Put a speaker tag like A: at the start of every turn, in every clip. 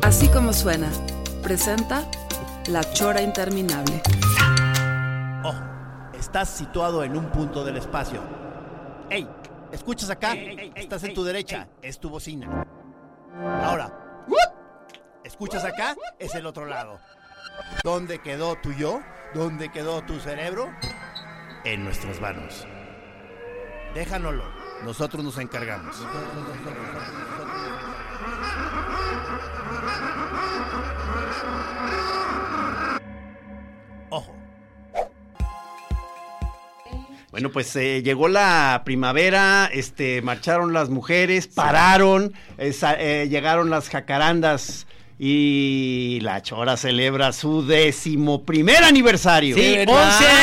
A: Así como suena, presenta La Chora Interminable.
B: Ojo, Oh, estás situado en un punto del espacio. ¡Ey! ¿Escuchas acá? estás en tu derecha, es tu bocina. Ahora, ¿escuchas acá? Es el otro lado. ¿Dónde quedó tu yo? ¿Dónde quedó tu cerebro? En nuestras manos. Déjanoslo, nosotros nos encargamos. Ojo.
C: Bueno, pues eh, llegó la primavera, este, marcharon las mujeres, pararon, eh, sa- eh, llegaron las jacarandas y la Chora celebra su decimoprimer aniversario.
D: Sí, 11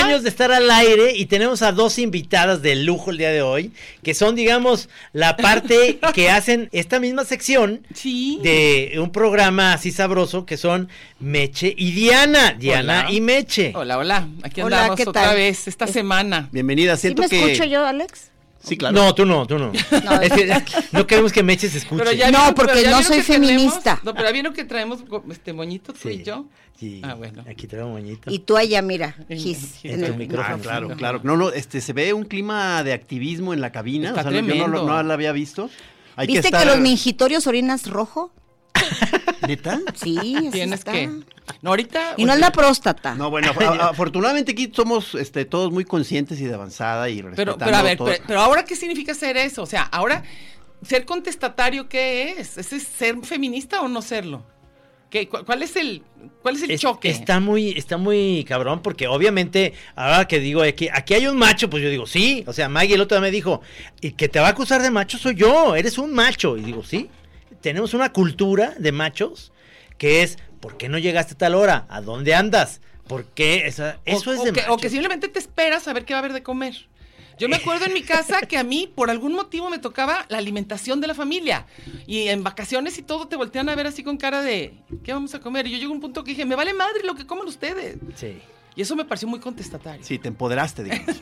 D: años de estar al aire y tenemos a dos invitadas de lujo el día de hoy, que son, digamos, la parte que hacen esta misma sección
E: Sí.
D: de un programa así sabroso que son Meche y Diana. Diana
E: Hola.
D: y Meche.
E: Hola, hola. Aquí
F: Hola,
E: andamos
F: ¿qué
E: otra
F: tal?
E: vez esta semana.
C: Bienvenida,
F: ¿Sí
C: siento
F: me
C: que...
F: escucho yo, Alex?
C: Sí, claro.
D: No, tú no, tú no.
F: No.
D: Es que no queremos que Meche se escuche.
F: No,
E: vieron-
F: porque
E: pero ya
F: no
E: vieron
F: soy
E: que tenemos-
F: feminista.
E: no, pero ya vieron que traemos go- este moñito tú
D: Sí.
E: y yo.
D: Sí.
E: Ah, bueno.
D: Aquí te veo moñito.
F: Y tú allá, mira,
E: En-
F: Gis.
E: en
F: en
D: tu micrófono.
F: el-
C: Ah,
D: micrófonos.
C: claro, claro. No, no, este, se ve un clima de activismo en la cabina.
E: Está
C: o sea, no, yo no, lo-
E: tremendo.
C: no la había visto. Hay
F: ¿Viste que,
C: estar-
F: los mingitorios orinas rojo?
C: ¿Neta?
F: Sí, así
E: Tienes
F: está.
E: que. No, ahorita.
F: Y no es la próstata.
C: No, bueno, a- a- afortunadamente aquí somos este, todos muy conscientes y de avanzada y respetando
E: Pero, pero a ver,
C: todo.
E: pero, pero ahora, ¿qué significa ser eso? O sea, ahora, ser contestatario, ¿qué es? ¿Ese ¿Es ser feminista o no serlo? ¿Qué, cu- ¿Cuál es el, cuál es el
D: Es-
E: choque?
D: Está muy, está muy cabrón, porque obviamente, ahora que digo aquí, aquí hay un macho, pues yo digo, sí. O sea, Maggie el otro día me dijo, "Y que te va a acusar de macho soy yo, eres un macho. Y digo, sí, tenemos una cultura de machos que es ¿por qué no llegaste a tal hora? ¿A dónde andas? ¿Por qué? Esa-
E: O-
D: eso es
E: o
D: de
E: que, o
D: machos.
E: que simplemente te esperas a ver qué va a haber de comer. Yo me acuerdo en mi casa que a mí, por algún motivo, me tocaba la alimentación de la familia. Y en vacaciones y todo, te voltean a ver así con cara de, ¿qué vamos a comer? Y yo llego a un punto que dije, me vale madre lo que coman ustedes.
D: Sí.
E: Y eso me pareció muy contestatario.
C: Sí, te empoderaste, digamos.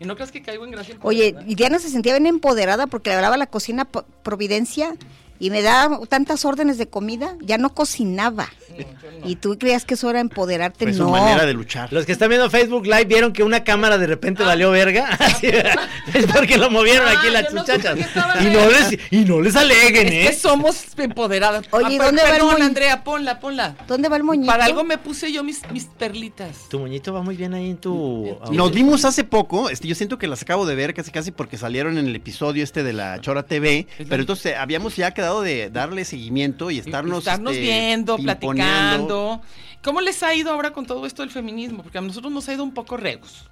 E: Y no creas que caigo en gracia. por
F: Oye,
E: nada.
F: y Diana se sentía bien empoderada porque le hablaba a la cocina po- Providencia y me daba tantas órdenes de comida, ya no cocinaba. Y tú creías que eso era empoderarte,
C: Fue Pues, su
F: no.
C: manera de luchar.
D: Los que están viendo Facebook Live vieron que una cámara de repente valió verga. Así, es porque lo movieron
E: Ah,
D: aquí las
E: yo no supe
D: muchachas.
E: que estaba
D: y, no
E: verga.
D: les, y no les aleguen, ¿eh?
E: Es que somos empoderadas.
F: Oye,
E: Ah,
F: ¿y
E: per-
F: dónde va el
E: perdón,
F: moño?
E: Andrea, ponla, ponla.
F: ¿Dónde va el moñito?
E: Para algo me puse yo mis, mis perlitas.
D: Tu moñito va muy bien ahí en tu.
E: En tu-
C: Nos vimos hace poco, este, yo siento que las acabo de ver casi casi porque salieron en el episodio este de la Chora TV, pero entonces eh, habíamos ya quedado de darle seguimiento y estarnos,
E: estarnos
C: este,
E: viendo,
C: pimponeando.
E: platicando. ¿Cómo les ha ido ahora con todo esto del feminismo? Porque a nosotros nos ha ido un poco regos.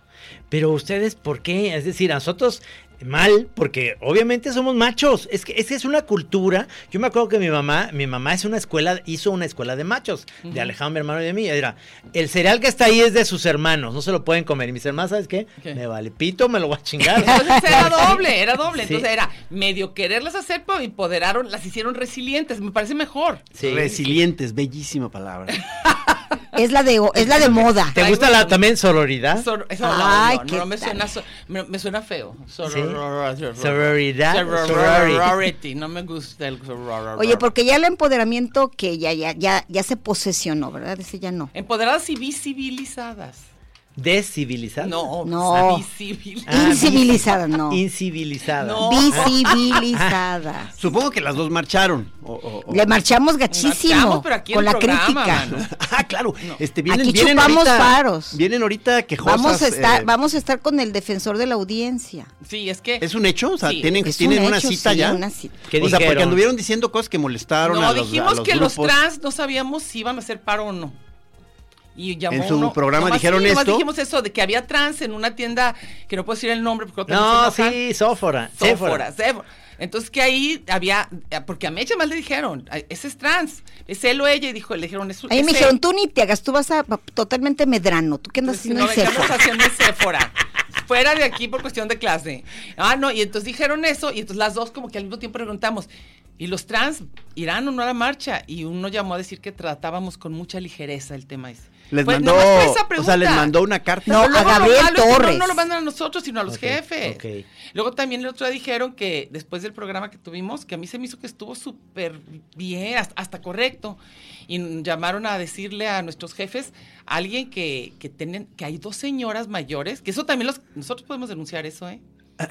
D: Pero ustedes, ¿por qué? Es decir, a nosotros mal, porque obviamente somos machos. Es que, es que es una cultura. Yo me acuerdo que mi mamá, mi mamá es una escuela, hizo una escuela de machos, de Alejandro, mi hermano y de mí. Era, el cereal que está ahí es de sus hermanos, no se lo pueden comer. Y mis hermanas, ¿sabes qué?
E: ¿Qué?
D: Me vale pito, me lo voy a chingar.
E: Entonces era doble, era doble.
D: Sí.
E: Entonces era medio quererlas hacer, pero empoderaron, las hicieron resilientes. Me parece mejor.
D: Sí.
C: Resilientes, bellísima palabra.
F: Es la de, es la de moda.
D: ¿Te gusta la también sororidad?
E: Sor- eso no,
F: Ay,
E: no, no,
F: ¿qué
E: me
F: tal?
E: suena, so- me, me suena feo. Soror-
D: Sí.
E: soror-
D: Sororidad,
E: soror-
D: sorority.
E: sorority. No me gusta el soror-
F: Oye, porque ya el empoderamiento que ya, ya, ya, ya se posesionó, ¿verdad? Ese ya no.
E: Empoderadas y visibilizadas.
D: Descivilizada.
E: No,
F: No.
E: visibilizadas.
D: Ah,
F: Incivilizada, no.
D: Incivilizada.
E: No.
F: Visibilizada.
C: Supongo que las dos marcharon. o- o- o-
F: Le marchamos gachísimo
E: Marchamos, pero aquí en
F: con
E: el
F: la
E: programa,
F: crítica.
E: mano.
C: Ah, claro. Este, vienen,
F: Aquí
C: vienen
F: chupamos
C: ahorita,
F: faros.
C: Vienen ahorita quejosas.
F: Vamos a estar,
C: eh,
F: vamos a estar con el defensor de la audiencia.
E: Sí, es que.
C: ¿Es un hecho? O sea,
E: Sí.
C: ¿tienen,
F: Es
C: tienen
F: un
C: una
F: hecho,
C: cita
F: sí,
C: ya?
F: una cita.
D: ¿Qué
C: o sea, porque
D: dijeron?
C: anduvieron diciendo cosas que molestaron
E: No,
C: a los
E: dijimos
C: a los
E: que los
C: grupos.
E: trans no sabíamos si iban a hacer paro o no. Y llamó
C: En su
E: uno-
C: programa
E: nomás-
C: dijeron
E: sí, nomás
C: esto.
E: dijimos eso, de que había trans en una tienda, que no puedo decir el nombre porque otra vez se
D: No,
E: enoja.
D: sí, Sófora.
E: Sephora,
D: Sófora.
E: Sephora. Entonces que ahí había, porque a Meche más le dijeron, ese es trans, es él o ella, y dijo, le dijeron, es
F: Ahí
E: es
F: me
E: él.
F: dijeron, tú ni te hagas, tú vas a va- totalmente medrano. ¿Tú qué andas
E: Entonces,
F: haciendo en
E: Pues no, ¿qué andas
F: Sephora?
E: haciendo en Sephora? Fuera de aquí por cuestión de clase. Ah, no, y entonces dijeron eso, y entonces las dos como que al mismo tiempo preguntamos, ¿y los trans irán o no a la marcha? Y uno llamó a decir que tratábamos con mucha ligereza el tema ese.
C: Les
E: Pues,
C: mandó,
E: nada más fue esa
C: o sea, les
E: pregunta.
C: mandó una carta.
F: No,
E: Pero luego
F: a Gabriel
E: lo malo es que no-
F: Torres.
E: No, lo mandan a nosotros, sino a los
D: Ok,
E: jefes.
D: ok.
E: Luego también el otro día dijeron que después del programa que tuvimos, que a mí se me hizo que estuvo súper bien, hasta, hasta correcto. Y n- llamaron a decirle a nuestros jefes, a alguien que, que tienen, que hay dos señoras mayores, que eso también los, nosotros podemos denunciar eso, ¿eh?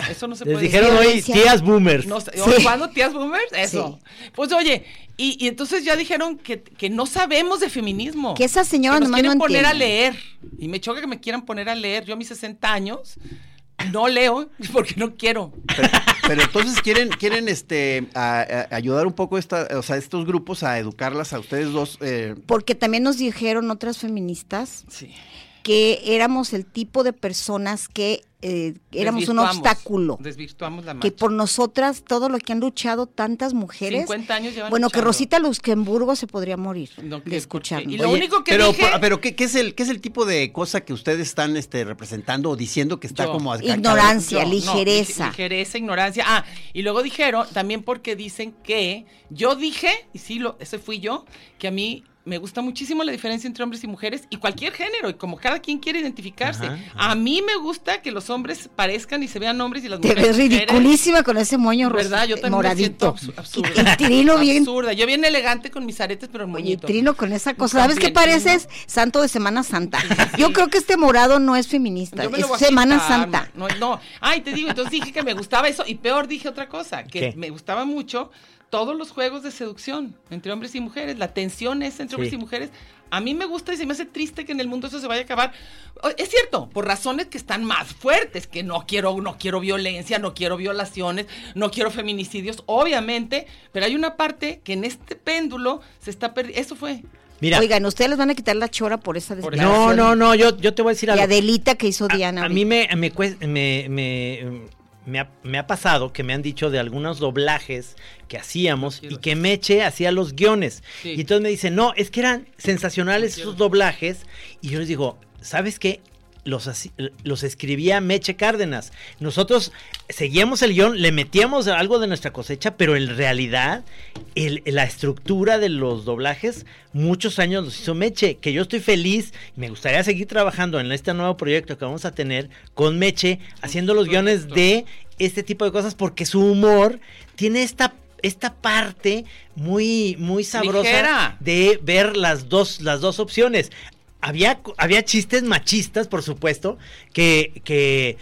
E: Eso no se
D: Les
E: puede
D: dijeron
E: decir.
D: hoy
F: violencia.
D: tías boomers.
E: No sé,
F: Sí.
E: ¿o ¿Cuándo tías boomers? Eso. Pues oye, y, y entonces ya dijeron que, que no sabemos de feminismo.
F: Que esas señoras
E: Que nos
F: nomás
E: quieren
F: no
E: poner a
F: entienden.
E: leer. Y me choca que me quieran poner a leer. Yo a mis 60 años no leo porque no quiero.
C: Pero, pero entonces quieren, quieren este, a- a- ayudar un poco esta, o sea, estos grupos a educarlas a ustedes dos. eh,
F: Porque también nos dijeron otras feministas
E: Sí.
F: que éramos el tipo de personas que eh, éramos un obstáculo.
E: Desvirtuamos la
F: Que
E: marcha.
F: por nosotras, todo lo que han luchado tantas mujeres.
E: 50 años llevan
F: Bueno, que
E: luchando.
F: Rosita Luxemburgo se podría morir
E: No, que-
F: de escucharnos.
E: y lo único que
C: pero,
E: dije-
C: pa- pero ¿qué, qué es el, ¿qué es el tipo de cosa que ustedes están este, representando o diciendo que está
E: Yo.
C: como... acá-
F: Ignorancia,
E: No, no, lige-
F: ligereza.
E: ligereza, ignorancia. Ah, y luego dijeron, también porque dicen que yo dije, y sí, lo, ese fui yo, que a mí me gusta muchísimo la diferencia entre hombres y mujeres y cualquier género, y como cada quien quiere identificarse.
D: Ajá,
E: A mí me gusta que los hombres parezcan y se vean hombres y las
F: Te
E: mujeres.
F: ves
E: mujeres.
F: ridiculísima con ese moño ros-
E: ¿Verdad? Yo también
F: moradito.
E: me siento absu-
F: Y-
E: absurda.
F: y Trino bien.
E: Absurda. Yo bien elegante con mis aretes, pero el
F: Oye, y
E: moñito.
F: Trino con esa cosa. ¿Sabes qué
E: También,
F: pareces? Santo de Semana Santa. Yo creo que este morado no es feminista,
E: Yo me
F: es
E: lo voy a
F: Semana
E: quitar,
F: Santa.
E: No, no. Ay, te digo, entonces dije que me gustaba eso y peor dije otra cosa, que
D: ¿Qué?
E: me gustaba mucho todos los juegos de seducción entre hombres y mujeres, la tensión es entre
D: Sí.
E: hombres y mujeres. A mí me gusta y se me hace triste que en el mundo eso se vaya a acabar. O- Es cierto, por razones que están más fuertes, que no quiero no quiero violencia, no quiero violaciones, no quiero feminicidios, obviamente, pero hay una parte que en este péndulo se está perdiendo. Eso fue.
D: Mira,
F: Oigan, ustedes les van a quitar la chora por esa
D: no,
F: declaración.
D: no, no, yo, yo te voy a decir
F: Y
D: algo.
F: Adelita que hizo
D: A-
F: Diana.
D: A, mí me, me, cues- me, me- me ha, me ha pasado que me han dicho de algunos doblajes que hacíamos y que Meche hacía los guiones.
E: Sí.
D: Y entonces me dicen, no, es que eran sensacionales esos doblajes. Y yo les digo, ¿sabes qué? Los, haci- los escribía Meche Cárdenas. Nosotros seguíamos el guión, le metíamos algo de nuestra cosecha, pero en realidad el- la estructura de los doblajes muchos años los hizo Meche, que yo estoy feliz, me gustaría seguir trabajando en este nuevo proyecto que vamos a tener con Meche, haciendo los guiones de este tipo de cosas, porque su humor tiene esta, esta parte muy, muy sabrosa
E: Ligera.
D: de ver las dos, las dos opciones. Había, había chistes machistas, por supuesto, que, que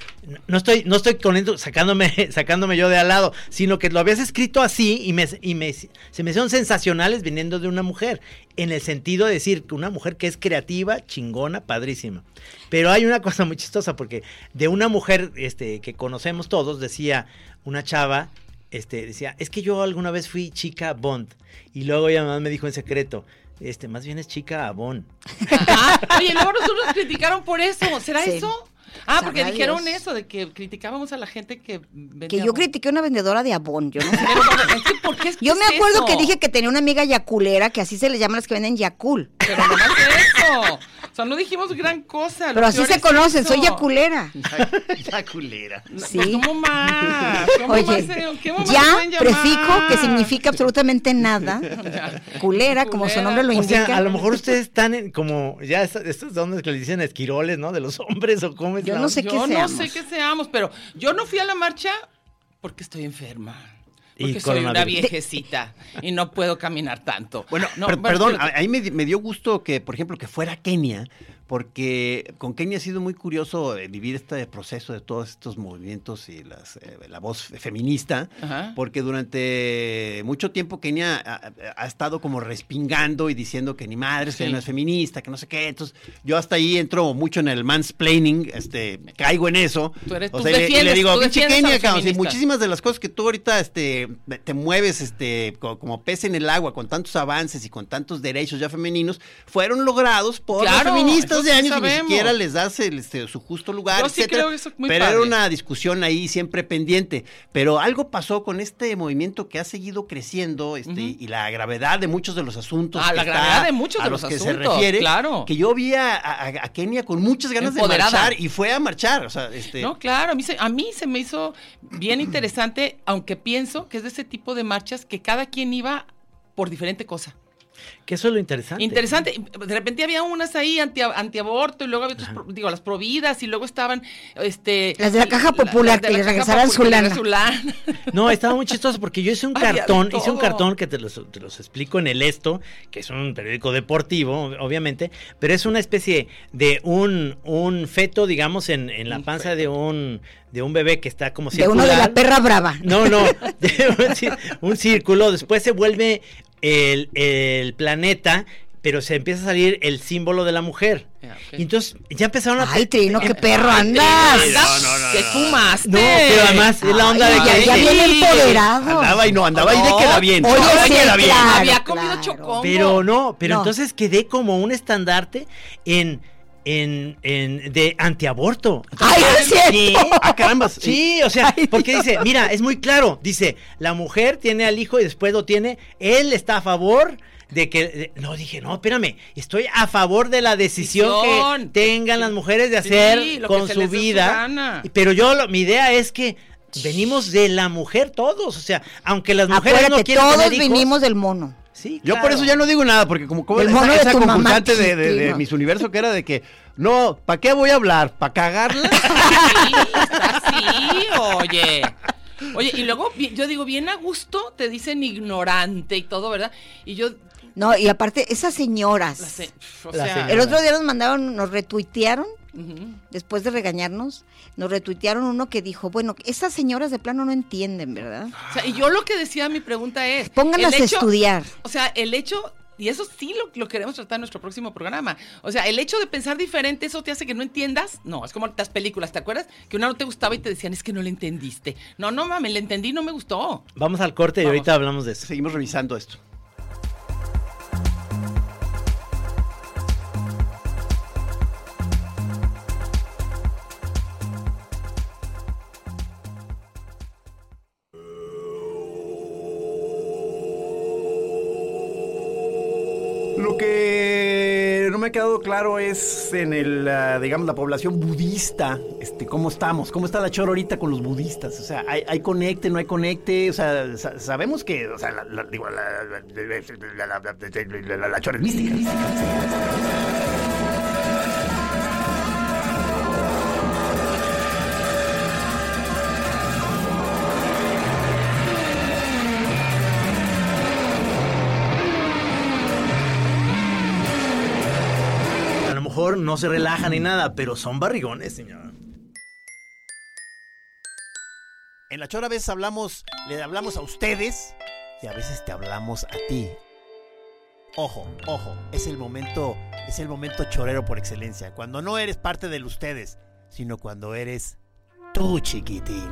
D: no estoy, no estoy con esto sacándome, sacándome yo de al lado, sino que lo habías escrito así y, me, y me, se me hicieron sensacionales viniendo de una mujer, en el sentido de decir que una mujer que es creativa, chingona, padrísima. Pero hay una cosa muy chistosa, porque de una mujer este, que conocemos todos, decía una chava, este, decía, es que yo alguna vez fui chica Bond. Y luego ella mamá me dijo en secreto, este, más bien es chica Abón.
E: Ajá. Ah, Oye, luego nosotros nos criticaron por eso. ¿Será
F: Sí.
E: eso? Ah,
F: Sabrá
E: porque dijeron
F: Dios.
E: eso, de que criticábamos a la gente que vendía
F: que yo
E: bombas.
F: critiqué a una vendedora de abón. Yo, no sé.
E: Pero, bueno, es que, ¿por qué es que
F: Yo me
E: es
F: acuerdo
E: eso?
F: que dije que tenía una amiga yaculera, que así se les llama a las que venden yacul.
E: Pero no más eso. O sea, no dijimos gran cosa. lo
F: Pero así
E: peor
F: se
E: es
F: conocen,
E: eso.
F: soy yaculera.
C: La culera.
E: No,
F: Sí.
E: pues, ¿Cómo más? ¿Cómo más
F: Oye,
E: se- ¿qué mamá
F: ya
E: se pueden
F: prefijo
E: llamar?
F: que significa absolutamente nada. Culera, como su
E: Culera.
F: nombre lo
D: O sea,
F: indica.
D: a lo mejor ustedes están en como, ya, estas estas ondas que le dicen esquiroles, ¿no? De los hombres o cómo es
F: Yo
D: la
F: no
D: onda?
F: sé
E: yo
F: qué
E: no
F: seamos.
E: sé qué seamos, pero yo no fui a la marcha porque estoy enferma.
D: Y
E: Porque soy una
D: coronavirus.
E: viejecita y no puedo caminar tanto.
C: Bueno,
E: No,
C: per- perdón,
E: pero-
C: a, a mí me, di- me dio gusto que, por ejemplo, que fuera Kenia, porque con Kenia ha sido muy curioso eh, vivir este proceso de todos estos movimientos y las, eh, la voz fe- feminista,
E: Ajá.
C: porque durante mucho tiempo Kenia ha, ha estado como respingando y diciendo que ni madre, que
E: Sí.
C: no es feminista, que no sé qué. Entonces, yo hasta ahí entro mucho en el mansplaining, este, caigo en eso.
E: Tú eres-
C: o
E: tú
C: sea, y le- y le,
E: defiendes-
C: digo,
E: tú
C: pinche
E: defiendes a
C: Kenia, cabrón,
E: los
C: sí,
E: feministas".
C: muchísimas muchísimas de las cosas que tú ahorita este, te mueves este, co- como pez en el agua con tantos avances y con tantos derechos ya femeninos fueron logrados por
E: Claro,
C: las feministas de años y ni
E: sabemos.
C: siquiera les das el, este, su justo lugar.
E: Yo sí
C: etcétera.
E: creo eso muy
C: Pero era
E: padre.
C: una discusión ahí siempre pendiente. Pero algo pasó con este movimiento que ha seguido creciendo este, y la gravedad de muchos de los asuntos.
E: Ah,
C: que
E: la
C: está-
E: gravedad de muchos de
C: a los,
E: los
C: que se
E: asuntos,
C: refiere.
E: claro.
C: Que yo vi a, a- a Kenia con muchas ganas
E: Empoderada.
C: de marchar y fue a marchar. O sea, este,
E: No, claro, a mí, se, a mí se me hizo bien interesante, aunque pienso que es de ese tipo de marchas que cada quien iba por diferente cosa.
D: Que eso es lo interesante.
E: Interesante. De repente había unas ahí anti, antiaborto y luego había otras, pro- digo, las providas y luego estaban, este...
F: Las de la Caja Popular, que
E: de la
F: les
E: Caja
F: regresaran su
E: Popular,
F: lana.
E: su lana.
D: No, estaba muy chistoso porque yo hice un
E: Había de
D: cartón, hice un
E: todo.
D: cartón que te los, te los explico en el Esto, que es un periódico deportivo, ob- obviamente, pero es una especie de un, un feto, digamos, en, en la panza de un de un bebé que está como
F: De uno de la
D: circular.
F: perra brava.
D: No, no, de un, cir- un círculo, después se vuelve el, el planeta, pero se empieza a salir el símbolo de la mujer.
E: Ya, ok.
D: Y entonces ya empezaron a...
F: Ay, Trino, qué perro
E: Anda,
F: andas.
E: que fumaste.
D: no, pero además es la onda
F: Ay,
D: de
F: ya,
D: que...
F: ya
E: Sí.
F: bien empoderado.
C: Andaba y no, andaba y de
E: No,
C: que era bien.
F: oye,
C: andaba y
F: sí,
C: que era bien.
F: claro.
E: Había comido
F: claro.
E: chocón.
D: Pero no, pero
F: No.
D: entonces quedé como un estandarte en, en, en de antiaborto.
F: Ay, no es cierto.
D: Sí.
C: Ah, carambas.
D: Sí, o sea, porque dice, mira, es muy claro, dice, la mujer tiene al hijo y después lo tiene, él está a favor de que, de- no, dije, no, espérame, estoy a favor de la decisión que
E: Decisión.
D: tengan las mujeres de hacer
E: Sí, lo que
D: con
E: se
D: su
E: les dé su
D: vida.
E: gana.
D: Pero yo, lo- mi idea es que venimos de la mujer todos, o sea, aunque las mujeres
F: Acuérdate,
D: no quieren
F: todos
D: tener hijos,
F: vinimos del mono.
D: sí,
C: Yo por
D: claro.
C: eso ya no digo nada, porque como, como
F: El
C: esa,
F: mono de
C: esa
F: tu mamá,
C: concursante de, de- de
F: Chiquilino.
C: Miss Universo que era de que, no, ¿para qué voy a hablar? ¿Para cagarla?
E: Sí, está así, oye. Oye, y luego vi- yo digo, bien a gusto, te dicen ignorante y todo, ¿verdad? Y yo,
F: No, y aparte, esas
E: la
F: señoras.
E: se- o
D: La Ah.
E: sea,
D: señora.
F: El otro día nos mandaron, nos retuitearon,
E: ujú.
F: después de regañarnos, nos retuitearon uno que dijo, bueno, esas señoras de plano no entienden, ¿verdad?
E: O sea, y yo lo que decía, mi pregunta es...
F: Pónganlas
E: el
F: a
E: hecho-
F: estudiar.
E: O sea, el hecho... Y eso sí lo, lo queremos tratar en nuestro próximo programa. O sea, el hecho de pensar diferente, ¿eso te hace que no entiendas? No, es como las películas, ¿te acuerdas? Que una no te gustaba y te decían, es que no le entendiste. No, no mames, le entendí, no me gustó.
D: Vamos al corte y
E: Vamos.
D: ahorita hablamos de eso.
C: Seguimos revisando esto. Lo que no me ha quedado claro es en el, ah, digamos, la población budista, este, cómo estamos, cómo está la chora ahorita con los budistas. O sea, hay, hay conecte, no hay conecte. O sea, sa- sabemos que, o sea, la, la- digo, la, la- la- la- la- la chora es mística.
D: A lo mejor no se relajan ni nada, pero son barrigones, señor.
C: En la chora a veces hablamos, le hablamos a ustedes y a veces te hablamos a ti. Ojo, ojo, es el momento, es el momento chorero por excelencia, cuando no eres parte del ustedes, sino cuando eres tú, chiquitín.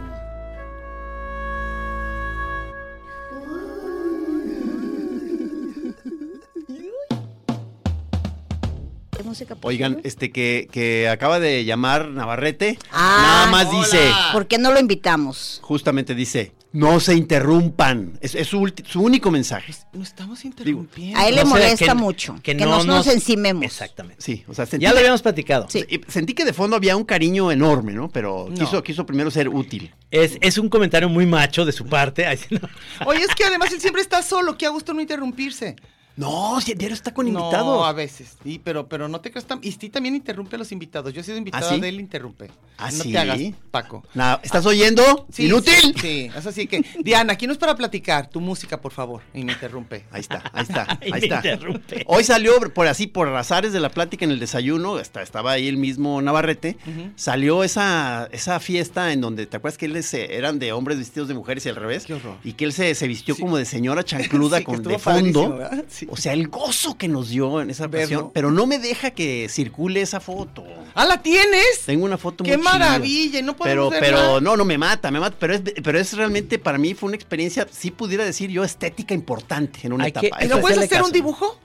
F: ¿Qué música pusieron?
C: Oigan, este que, que acaba de llamar Navarrete,
F: Ah,
C: nada más
E: hola.
C: dice,
F: ¿por qué no lo invitamos?
C: justamente dice, no se interrumpan. Es, es su, ulti- su único mensaje.
E: No estamos
C: Digo,
E: interrumpiendo.
F: A él le
D: No sé,
F: molesta
D: que-
F: mucho que, nos, nos encimemos.
D: Exactamente.
C: Sí, o sea, sentí,
D: Ya lo habíamos platicado.
F: Sí.
C: y sentí que de fondo había un cariño enorme, ¿no? Pero
E: No.
C: Quiso, quiso primero ser útil.
D: Es, es un comentario muy macho de su parte. Ay, sí, no.
E: Oye, es que además él siempre está solo, qué a gusto no interrumpirse.
C: No, si el diario está con
E: No,
C: invitados.
E: a veces. Sí, pero, pero no te creas tan. Y sí también interrumpe a los invitados. Yo he sido invitada
C: ¿Ah, sí?
E: de él, interrumpe.
C: ¿Ah,
E: no
C: sí?
E: te hagas, Paco.
C: Na- ¿Estás oyendo?
E: Sí,
C: ¡Inútil!
E: Sí, sí, es así que. Diana, aquí no es para platicar. Tu música, por favor. Y me interrumpe.
C: Ahí está, ahí está,
D: Ay, me
C: ahí está.
D: interrumpe.
C: Hoy salió por así, por azares de la plática en el desayuno, hasta estaba ahí el mismo Navarrete,
E: Ujú.
C: salió esa, esa fiesta en donde, ¿te acuerdas que él se- eran de hombres vestidos de mujeres y al revés?
E: Qué horror.
C: Y que él se, se vistió como de señora chancluda
E: Sí, que
C: con, de
E: estuvo
C: fondo.
E: padrísimo, ¿verdad? Sí.
C: O sea, el gozo que nos dio en esa
E: Verlo.
C: ocasión, pero no me deja que circule esa foto.
E: ¡Ah, la tienes!
C: Tengo una foto
E: ¡Qué
C: muy chida.
E: maravilla! Y no
C: Pero,
E: podemos
C: pero,
E: verla.
C: no, no me mata, me mata. Pero es, pero es realmente, para mí fue una experiencia, sí pudiera decir yo, estética importante en una
D: Hay que-
C: etapa.
D: hay
E: ¿Y
C: Eso
E: no
C: es.
E: puedes
D: hacerle
E: hacer
D: caso.
E: un dibujo?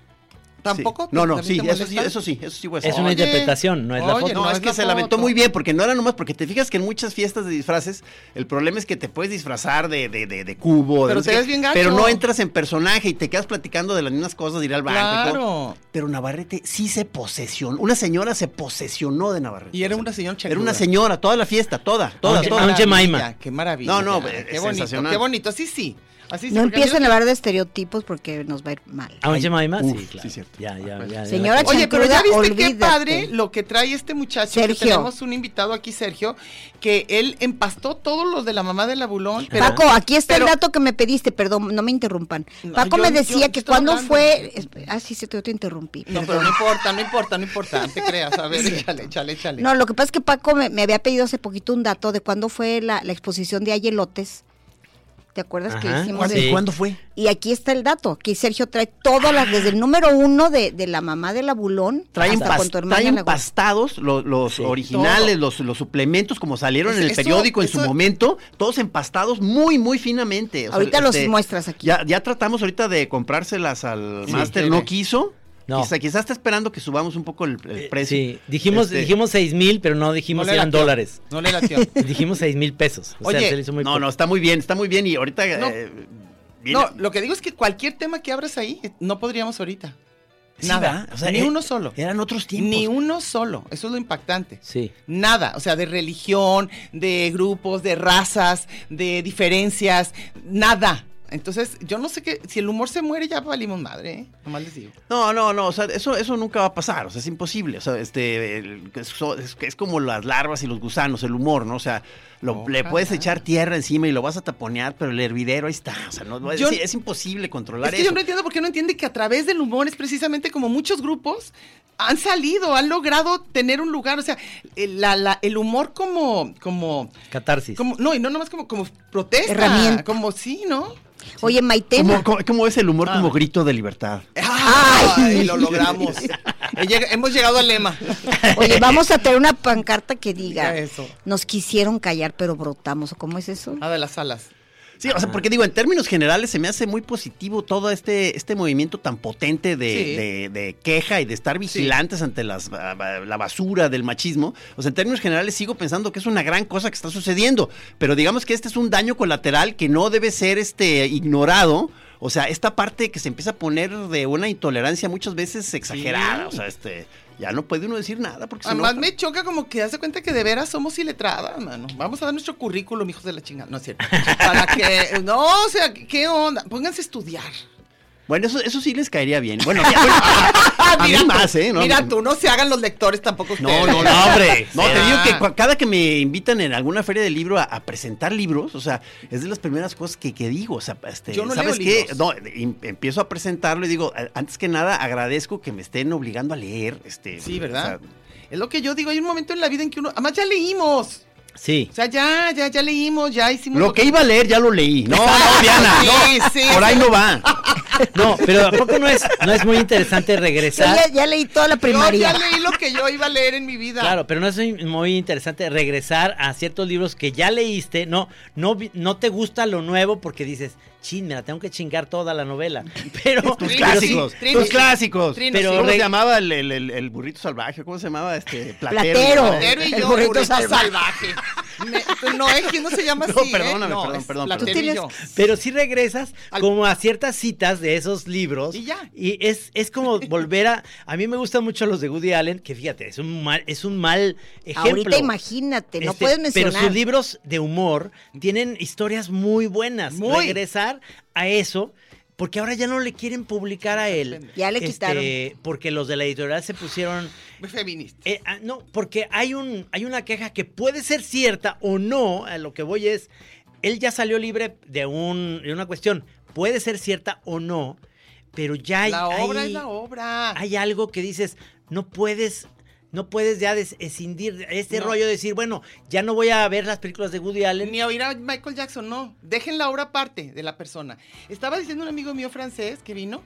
E: ¿Tampoco?
C: No, no,
E: ¿También
C: sí,
E: te
C: eso sí,
E: molesta?
C: eso sí, eso sí, voy a
D: Es
C: decir.
D: una
E: Oye,
D: interpretación, no es la
E: oye,
D: foto.
C: No,
E: no,
C: es
E: es
C: que
E: la
C: se lamentó
E: foto.
C: muy bien porque no era nomás porque te fijas que en muchas fiestas de disfraces el problema es que te puedes disfrazar de, de, de, de cubo, de
E: Pero
C: no sé
E: te
C: qué,
E: ves bien gacho.
C: pero no entras en personaje y te quedas platicando de las mismas cosas, de ir al banco. y todo.
E: Claro.
C: Pero Navarrete sí se posesionó, una señora se posesionó de Navarrete.
E: Y era
C: O sea,
E: una señora
C: Era
E: chancluda.
C: una señora, toda la fiesta, toda, toda,
D: Aunque-
E: Qué
C: toda.
D: aunque- Noche
E: maravilla,
D: Maima.
E: Qué maravilla.
C: No, no,
E: qué
C: es
E: bonito,
C: sensacional.
E: Qué bonito, así sí. Así sí.
F: No
E: porque
F: empiecen
E: yo-
F: a hablar de estereotipos porque nos va a ir mal.
C: Ah,
D: ¿Aún se más?
C: uf,
D: Sí,
C: sí,
D: claro.
C: cierto.
D: Ya, ya, ya, ya.
F: Señora
D: Oye,
E: Oye, pero ya viste qué
F: Olvídate.
E: padre lo que trae este muchacho. que
F: Sergio.
E: tenemos un invitado aquí, Sergio, que él empastó todos los de la mamá del abulón. Pero,
F: Paco, aquí está
E: pero-
F: el dato que me pediste, perdón, no me interrumpan.
E: No,
F: Paco
E: yo-
F: me
E: yo-
F: decía
E: yo
F: que
E: estaba
F: cuando
E: hablando.
F: fue... Ah, sí, sí, te, yo te interrumpí.
E: No,
F: perdón.
E: pero no importa, no importa, no importa. No te creas. A ver, échale, échale, échale.
F: No, lo que pasa es que Paco me, me había pedido hace poquito un dato de cuándo fue la, la exposición de Ayelotes. ¿Te acuerdas
D: Ajá.
C: ¿Ah?
F: que hicimos?
D: ¿Cuándo?
F: el-
D: Sí.
C: ¿Cuándo fue?
F: Y aquí está el dato, que Sergio trae todas las, desde el número uno de, de la mamá del abulón
C: Traen,
F: hasta
C: pas-
F: con tu hermana.
C: traen
F: la-
C: pastados los, los
D: Sí.
C: originales,
E: Todo.
C: los, los suplementos como salieron
E: Es-
C: en el
E: eso-
C: periódico en su
E: eso-
C: momento, todos empastados muy, muy finamente. O sea, este,
F: Ahorita los muestras aquí.
C: Ya, ya tratamos ahorita de comprárselas al
E: Sí,
C: máster,
E: Tere.
C: no quiso.
D: No.
C: Quizá, quizá está esperando que subamos un poco el, el
D: eh,
C: precio.
D: Sí, dijimos,
C: Este,
D: dijimos 6 mil, pero no
E: No
D: dijimos
E: le
D: que eran
E: latió,
D: dólares.
E: No le latió.
D: Dijimos 6 mil pesos. O sea,
E: Oye,
D: se le hizo muy
C: No,
D: poco.
C: no, está muy bien, está muy bien y ahorita...
E: No.
C: eh, viene-
E: No, lo que digo es que cualquier tema que abras ahí, no podríamos ahorita.
C: Sí,
E: Nada.
C: ¿verdad? O sea,
E: ni
C: eh,
E: uno solo.
C: Eran otros tiempos.
E: Ni uno solo. Eso es lo impactante.
D: Sí.
E: Nada, o sea, de religión, de grupos, de razas, de diferencias, nada. Entonces, yo no sé qué, si el humor se muere ya valimos madre, ¿eh? Nomás les digo.
C: No, no, no, o sea, eso, eso nunca va a pasar, o sea, es imposible, o sea, este, el- es, so- es- es como las larvas y los gusanos, el humor, ¿no? O sea, lo- le
E: Ojalá.
C: puedes echar tierra encima y lo vas a taponear, pero el hervidero ahí está, o sea, no, es,
E: Yo-
C: es imposible controlar
E: Es que
C: eso.
E: yo no entiendo por qué no entiende que a través del humor es precisamente como muchos grupos han salido, han logrado tener un lugar, o sea, el, la- la- el humor como, como,
D: Catarsis.
E: como, no, y no nomás como, como protesta,
F: Herramienta.
E: como sí, ¿no?
F: Oye, Maite,
C: ¿Cómo, cómo- cómo es el humor
E: Ah.
C: como grito de libertad?
E: ¡Ay! lo logramos. He lleg- Hemos llegado al lema.
F: oye, vamos a tener una pancarta que diga,
E: Diga eso.
F: nos quisieron callar pero brotamos, ¿o ¿cómo es eso?
E: Ah, de las alas.
C: Sí, o sea, porque digo, en términos generales se me hace muy positivo todo este, este movimiento tan potente de,
E: Sí.
C: de- de queja y de estar vigilantes ante las, ba- ba- la basura del machismo. O sea, en términos generales sigo pensando que es una gran cosa que está sucediendo, pero digamos que este es un daño colateral que no debe ser este, ignorado. O sea, esta parte que se empieza a poner de una intolerancia muchas veces exagerada. O sea, este, ya no puede uno decir nada porque se
E: Además
C: enoja.
E: me choca como que hace cuenta que de veras somos iletradas, mano. Vamos a dar nuestro currículum, hijos de la chingada. No es cierto. Para que, no, o sea, ¿qué onda? Pónganse a estudiar.
C: Bueno, eso, eso sí les caería bien. Bueno, a mí- bueno, a- a mí
E: Ah, Mira tú,
C: más, ¿eh? No,
E: mira tú, no se hagan los lectores tampoco ustedes.
C: No, no, no, hombre. No, te
E: Sí.
C: digo que cua- cada que me invitan en alguna feria de libro a, a presentar libros, o sea, es de las primeras cosas que, que digo. O sea, este,
E: Yo no
C: ¿sabes
E: leo
C: qué?
E: libros.
C: No, em- empiezo a presentarlo y digo, a- antes que nada, agradezco que me estén obligando a leer. Este,
E: Sí, ¿verdad?
C: o sea,
E: Es lo que yo digo, hay un momento en la vida en que uno, además ya leímos.
D: Sí.
E: O sea, ya, ya, ya leímos, ya hicimos.
C: lo que iba a leer ya lo leí. No, no, Diana,
E: Sí,
C: no.
E: sí,
C: por ahí
E: sí.
C: no va.
D: No, pero ¿a poco no es, no es muy interesante
F: Yo
D: regresar?
F: ya, ya leí toda la primaria.
E: Yo ya leí lo que yo iba a leer en mi vida.
D: Claro, pero no es muy- muy interesante regresar a ciertos libros que ya leíste, no, no, vi- no te gusta lo nuevo porque dices, chin, me la tengo que chingar toda la novela. Pero,
C: Tus
E: Trino,
D: pero sí,
C: clásicos,
E: sí, Trino,
C: tus
E: sí.
C: clásicos.
E: Trino,
D: sí.
C: ¿Cómo
D: Re-
C: se llamaba el, el- el- el burrito salvaje? ¿Cómo se llamaba este?
F: Platero.
C: ¿no?
E: Platero y
F: El
E: yo,
F: burrito
E: burrito
F: salvaje.
E: salvaje. Me- no, es que no se llama
C: No,
E: así. ¿eh?
C: perdóname,
E: No,
C: perdón,
E: es
C: perdón,
E: Platero
F: perdón.
E: y yo.
D: pero sí regresas
E: Al-
D: como a ciertas citas de esos libros.
E: Y ya.
D: Y es, es como volver a. A mí me gustan mucho los de Woody Allen, que fíjate, es un mal, es un mal ejemplo.
F: Ahorita imagínate, no
D: Este,
F: puedes mencionar.
D: Pero sus libros de humor tienen historias muy buenas.
E: Muy.
D: Regresar a eso, porque ahora ya no le quieren publicar a él.
F: Ya le
D: Este,
F: quitaron.
D: Porque los de la editorial se pusieron.
E: Feminista.
D: eh, ah, no, porque hay, un, hay una queja que puede ser cierta o no. A lo que voy es. Él ya salió libre de, un, de una cuestión. Puede ser cierta o no, pero ya hay.
E: la obra
D: hay-
E: es la obra.
D: hay algo que dices, no puedes, no puedes ya des- escindir este
E: No.
D: rollo de decir, bueno, ya no voy a ver las películas de Woody Allen.
E: Ni a oír a Michael Jackson, no. Dejen la obra aparte de la persona. Estaba diciendo un amigo mío francés que vino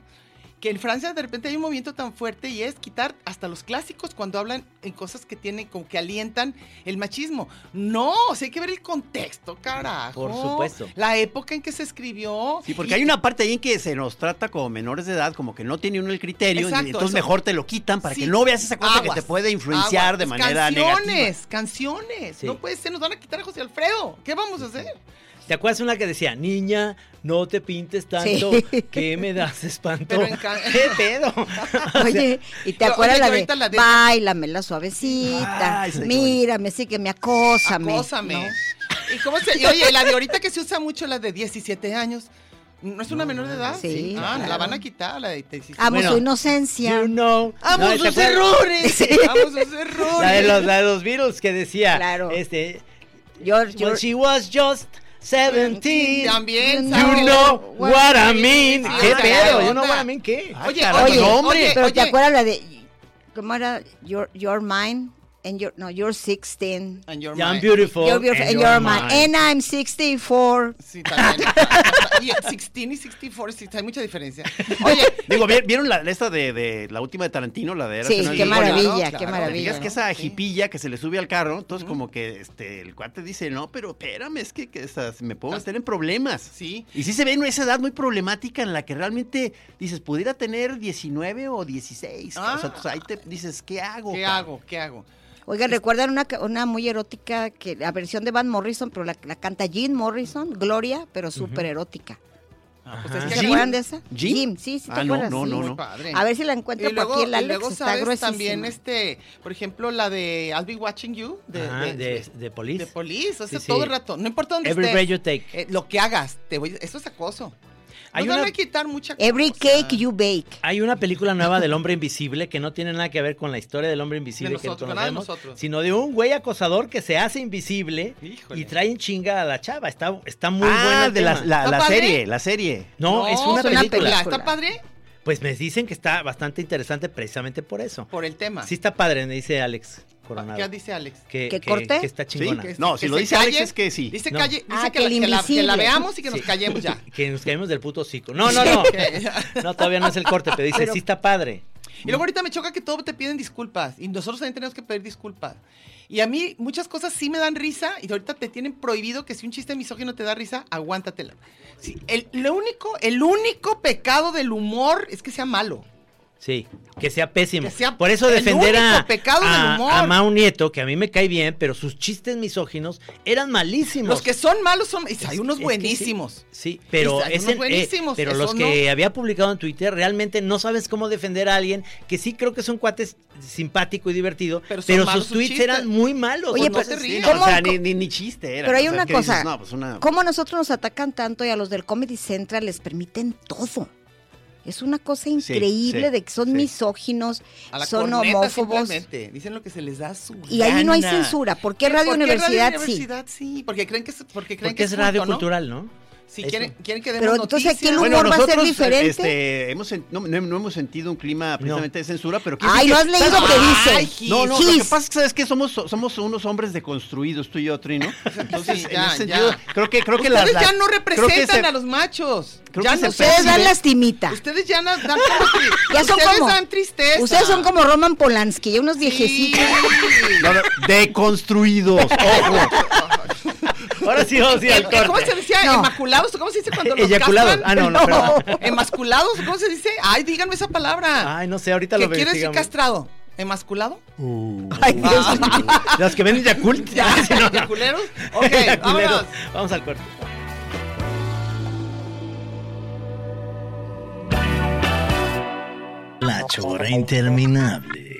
E: que en Francia de repente hay un movimiento tan fuerte y es quitar hasta los clásicos cuando hablan en cosas que tienen, como que alientan el machismo. No, o sea, hay que ver el contexto, carajo.
D: Por supuesto.
E: La época en que se escribió.
C: Sí, porque
E: Y-
C: hay una parte ahí en que se nos trata como menores de edad, como que no tiene uno el criterio, y
E: Exacto,
C: entonces
E: eso-
C: mejor te lo quitan para
E: Sí.
C: que no veas esa cosa
E: Aguas,
C: que te puede influenciar
E: aguas.
C: de
E: Pues
C: manera
E: canciones,
C: negativa.
E: Canciones,
D: Sí.
E: No puede ser, nos van a quitar a José Alfredo. ¿Qué vamos a hacer?
D: ¿Te acuerdas una que decía, niña, no te pintes tanto,
F: Sí.
D: que me das espanto?
E: Pero en ca-
D: ¿Qué pedo?
F: Oye, ¿y te
E: Oye,
F: acuerdas
E: que
F: la de
E: ahorita la de-
F: bailame la suavecita?
C: Ay, sí, qué
F: mírame, sí que me acósame.
E: Acósame.
F: ¿no?
E: ¿Y cómo se.? y oye, la de ahorita que se usa mucho, la de 17 años. ¿No es una menor de edad?
F: Sí,
E: Ah,
F: claro.
E: la van a quitar, la de 17.
F: Amo
D: Bueno,
F: su inocencia.
D: You know.
E: ¡Amo
D: No, ¿te
E: sus
D: acuerdas?
E: errores! ¡Amo sus errores!
D: La de los, la de los Beatles que decía,
F: Claro.
D: este,
F: Yo,
E: pues
F: yo-
D: when she was just 17,
E: También,
D: you
E: ¿sabes?
D: know what I mean.
E: Sí,
D: ¿Qué
E: o sea,
D: pedo?
E: la
D: ¿You know
E: onda.
D: what I mean qué?
C: Ay,
E: Oye,
C: carajo,
E: oye,
C: no,
E: oye,
F: pero ¿te
E: oye.
F: acuerdas la de cómo era your your mind and your no, you're 16.
E: And your
D: Yeah, I'm
E: mind.
D: beautiful.
F: You're beautiful and you're mine. And I'm 64.
E: Sí, también. y 16 y 64, sí, hay mucha diferencia. Oye,
C: Digo, ¿vi- ¿vieron la, esta de, de la última de Tarantino, la de Eras
F: Sí,
C: que no
F: qué
C: hay igual?
F: maravilla,
E: claro,
F: qué
E: claro.
C: ¿Te
F: maravilla.
C: fijas que esa
E: Sí.
C: hipilla que se le sube al carro, entonces como que este el cuate dice, no, pero espérame, es que, que esas- me
E: Ah.
C: puedo meter en problemas.
E: Sí.
C: Y sí se ve en esa edad muy problemática en la que realmente dices, pudiera tener 19 o 16.
E: Ah.
C: O sea, pues ahí te dices, ¿qué hago?
E: ¿Qué
C: cabrón?
E: hago? ¿Qué hago?
F: Oigan, ¿recuerdan una, ca- una muy erótica, que la versión de Van Morrison, pero la, la canta Jim Morrison, Gloria, pero súper erótica?
E: Ah, pues es
D: Ajá.
E: que
F: ¿Se
C: Jim.
F: acuerdan de esa?
C: Jim.
F: sí, sí, ¿te
C: Ah, no,
F: acuerdas?
C: no,
F: Sí.
C: no,
E: muy
C: no.
E: padre.
F: A ver si la encuentro
E: y
F: por aquí,
E: luego,
F: el
E: y
F: Alex
E: luego
F: está
E: sabes
F: gruesísima.
E: también este, por ejemplo, la de I'll be watching you de,
D: Ajá,
E: de,
D: de- de Police.
E: De Police, o sea,
D: Sí, sí.
E: todo el rato, no importa dónde
D: Every
E: estés.
D: breath you take.
E: eh, lo que hagas, te voy, eso es acoso.
D: Hay
E: Nos
D: una-
E: van a quitar mucha
F: Every
E: cosa.
F: cake you bake.
D: Hay una película nueva del hombre invisible que no tiene nada que ver con la historia del hombre invisible
E: De
D: que
E: nosotros, nada de
D: conocemos,
E: nosotros.
D: sino de un güey acosador que se hace invisible
E: Híjole.
D: y trae en chinga a la chava. Está, está muy
C: ah,
D: bueno. el
C: de la,
D: tema.
C: la-
E: ¿Está
C: la
E: padre?
C: serie, la serie.
D: No, es una
F: es una
D: película.
E: ¿Está padre?
D: Pues me dicen que está bastante interesante precisamente por eso.
E: Por el tema.
D: Sí está padre, me dice Alex Coronado.
E: ¿Qué dice Alex?
D: Que,
F: ¿Que
D: que-
F: corte?
D: que está
C: Sí,
D: chingona.
C: que- No, si lo
E: se
C: dice Alex es que sí.
E: Dice,
D: No.
E: calle, dice
F: Ah,
E: que,
F: que
E: la,
F: el
E: que la- que la
F: invisible.
E: veamos y que nos
D: Sí.
E: callemos ya.
D: Que nos caemos del puto hocico. No, no, no. no, todavía no es el corte, pero dice, sí está padre.
E: Y luego ahorita me choca que todo te piden disculpas. Y nosotros también tenemos que pedir disculpas. Y a mí muchas cosas sí me dan risa. Y ahorita te tienen prohibido que si un chiste misógino te da risa, aguántatela. Sí, el, lo único, el único pecado del humor es que sea malo.
D: Sí, que sea pésimo.
E: Que sea
D: Por eso
E: el
D: defender a,
E: único pecado del
D: a,
E: humor.
D: a Mau Nieto, que a mí me cae bien, pero sus chistes misóginos eran malísimos.
E: Los que son malos son... y hay
D: Es que
E: unos
D: sí.
E: buenísimos.
D: Sí, pero,
E: hay
D: es
E: unos
D: en- eh,
E: buenísimos,
D: pero
E: esos
D: los que había publicado en Twitter realmente no sabes cómo defender a alguien que sí creo que es un cuate s- simpático y divertido,
E: Pero
D: pero,
E: son malos
D: sus
E: sus
D: tweets
E: chistes.
D: eran muy malos.
F: Oye,
D: no
F: pues,
D: sé
E: te
D: si-
C: Sí,
E: ríes.
C: no, o
F: ¿Cómo-
C: sea, ni, ni- ni chiste era.
F: Pero hay
C: o sea,
F: una
C: que dices,
F: cosa.
C: no, pues una-
F: ¿Cómo a nosotros nos atacan tanto y a los del Comedy Central les permiten todo? Es una cosa increíble
C: sí,
F: de que son
C: sí.
F: misóginos,
E: A la
F: son
E: corneta
F: homófobos.
E: simplemente. Dicen lo que se les da su
F: Y ahí no hay
E: gana.
F: censura. ¿Por qué Radio
E: ¿Por qué
F: Universidad
E: Radio
F: sí?
E: Universidad sí? Porque creen que es, porque creen
D: Porque
E: que
D: es
E: culto,
D: radio
E: ¿no?
D: cultural, ¿no?
E: Si
D: Eso.
E: quieren, quieren que demos
F: Pero entonces aquí el
E: noticias.
F: humor va a ser diferente.
C: Este, hemos, sen- no, no- no hemos sentido un clima precisamente de censura, pero... quiero
F: Ay,
C: decir
F: ¿no
C: que-
F: has leído
C: ¿sabes
F: lo que dice?
E: Ay, Gis.
C: No, no, lo que
F: Gis.
C: pasa es que sabes que somos, somos unos hombres deconstruidos, tú y yo, Trino. Entonces,
E: Sí,
C: en
E: ya,
C: ese sentido,
E: ya.
C: creo que, creo que
E: Ustedes
C: las-
E: ya no
C: creo que
E: representan
C: se-
E: a los machos.
C: creo
E: Ya
C: que se
E: no
F: Ustedes dan
C: percibe-
F: lastimita.
E: Ustedes ya no- dan como que-
F: Ya son
E: ustedes
F: como-
E: dan tristeza.
F: Ustedes son como Roman Polanski, ya unos
E: Sí.
F: viejecitos.
C: No, no, deconstruidos, ojo.
D: Ahora sí, vamos a ir al
E: Eh, ¿Cómo
D: corte.
E: se decía?
F: No.
E: ¿Emasculados? ¿Cómo se dice cuando los
D: Eyaculados.
E: castran?
D: Ah, no, no, perdón.
E: ¿Emasculados? ¿Cómo se dice? Ay, díganme esa
C: Ah,
E: palabra.
D: Ay, no sé, ahorita
E: ¿Qué
D: lo
E: quiere decir
D: investigamos.
E: castrado? ¿Emasculado?
D: Ay, Dios mío. Los que venden Yakult.
E: ¿Ya?
D: Sí, no, no.
E: ¿Eyaculeros? Ok,
D: Yaculeros.
E: vámonos.
D: Vamos al corte.
G: La chora interminable.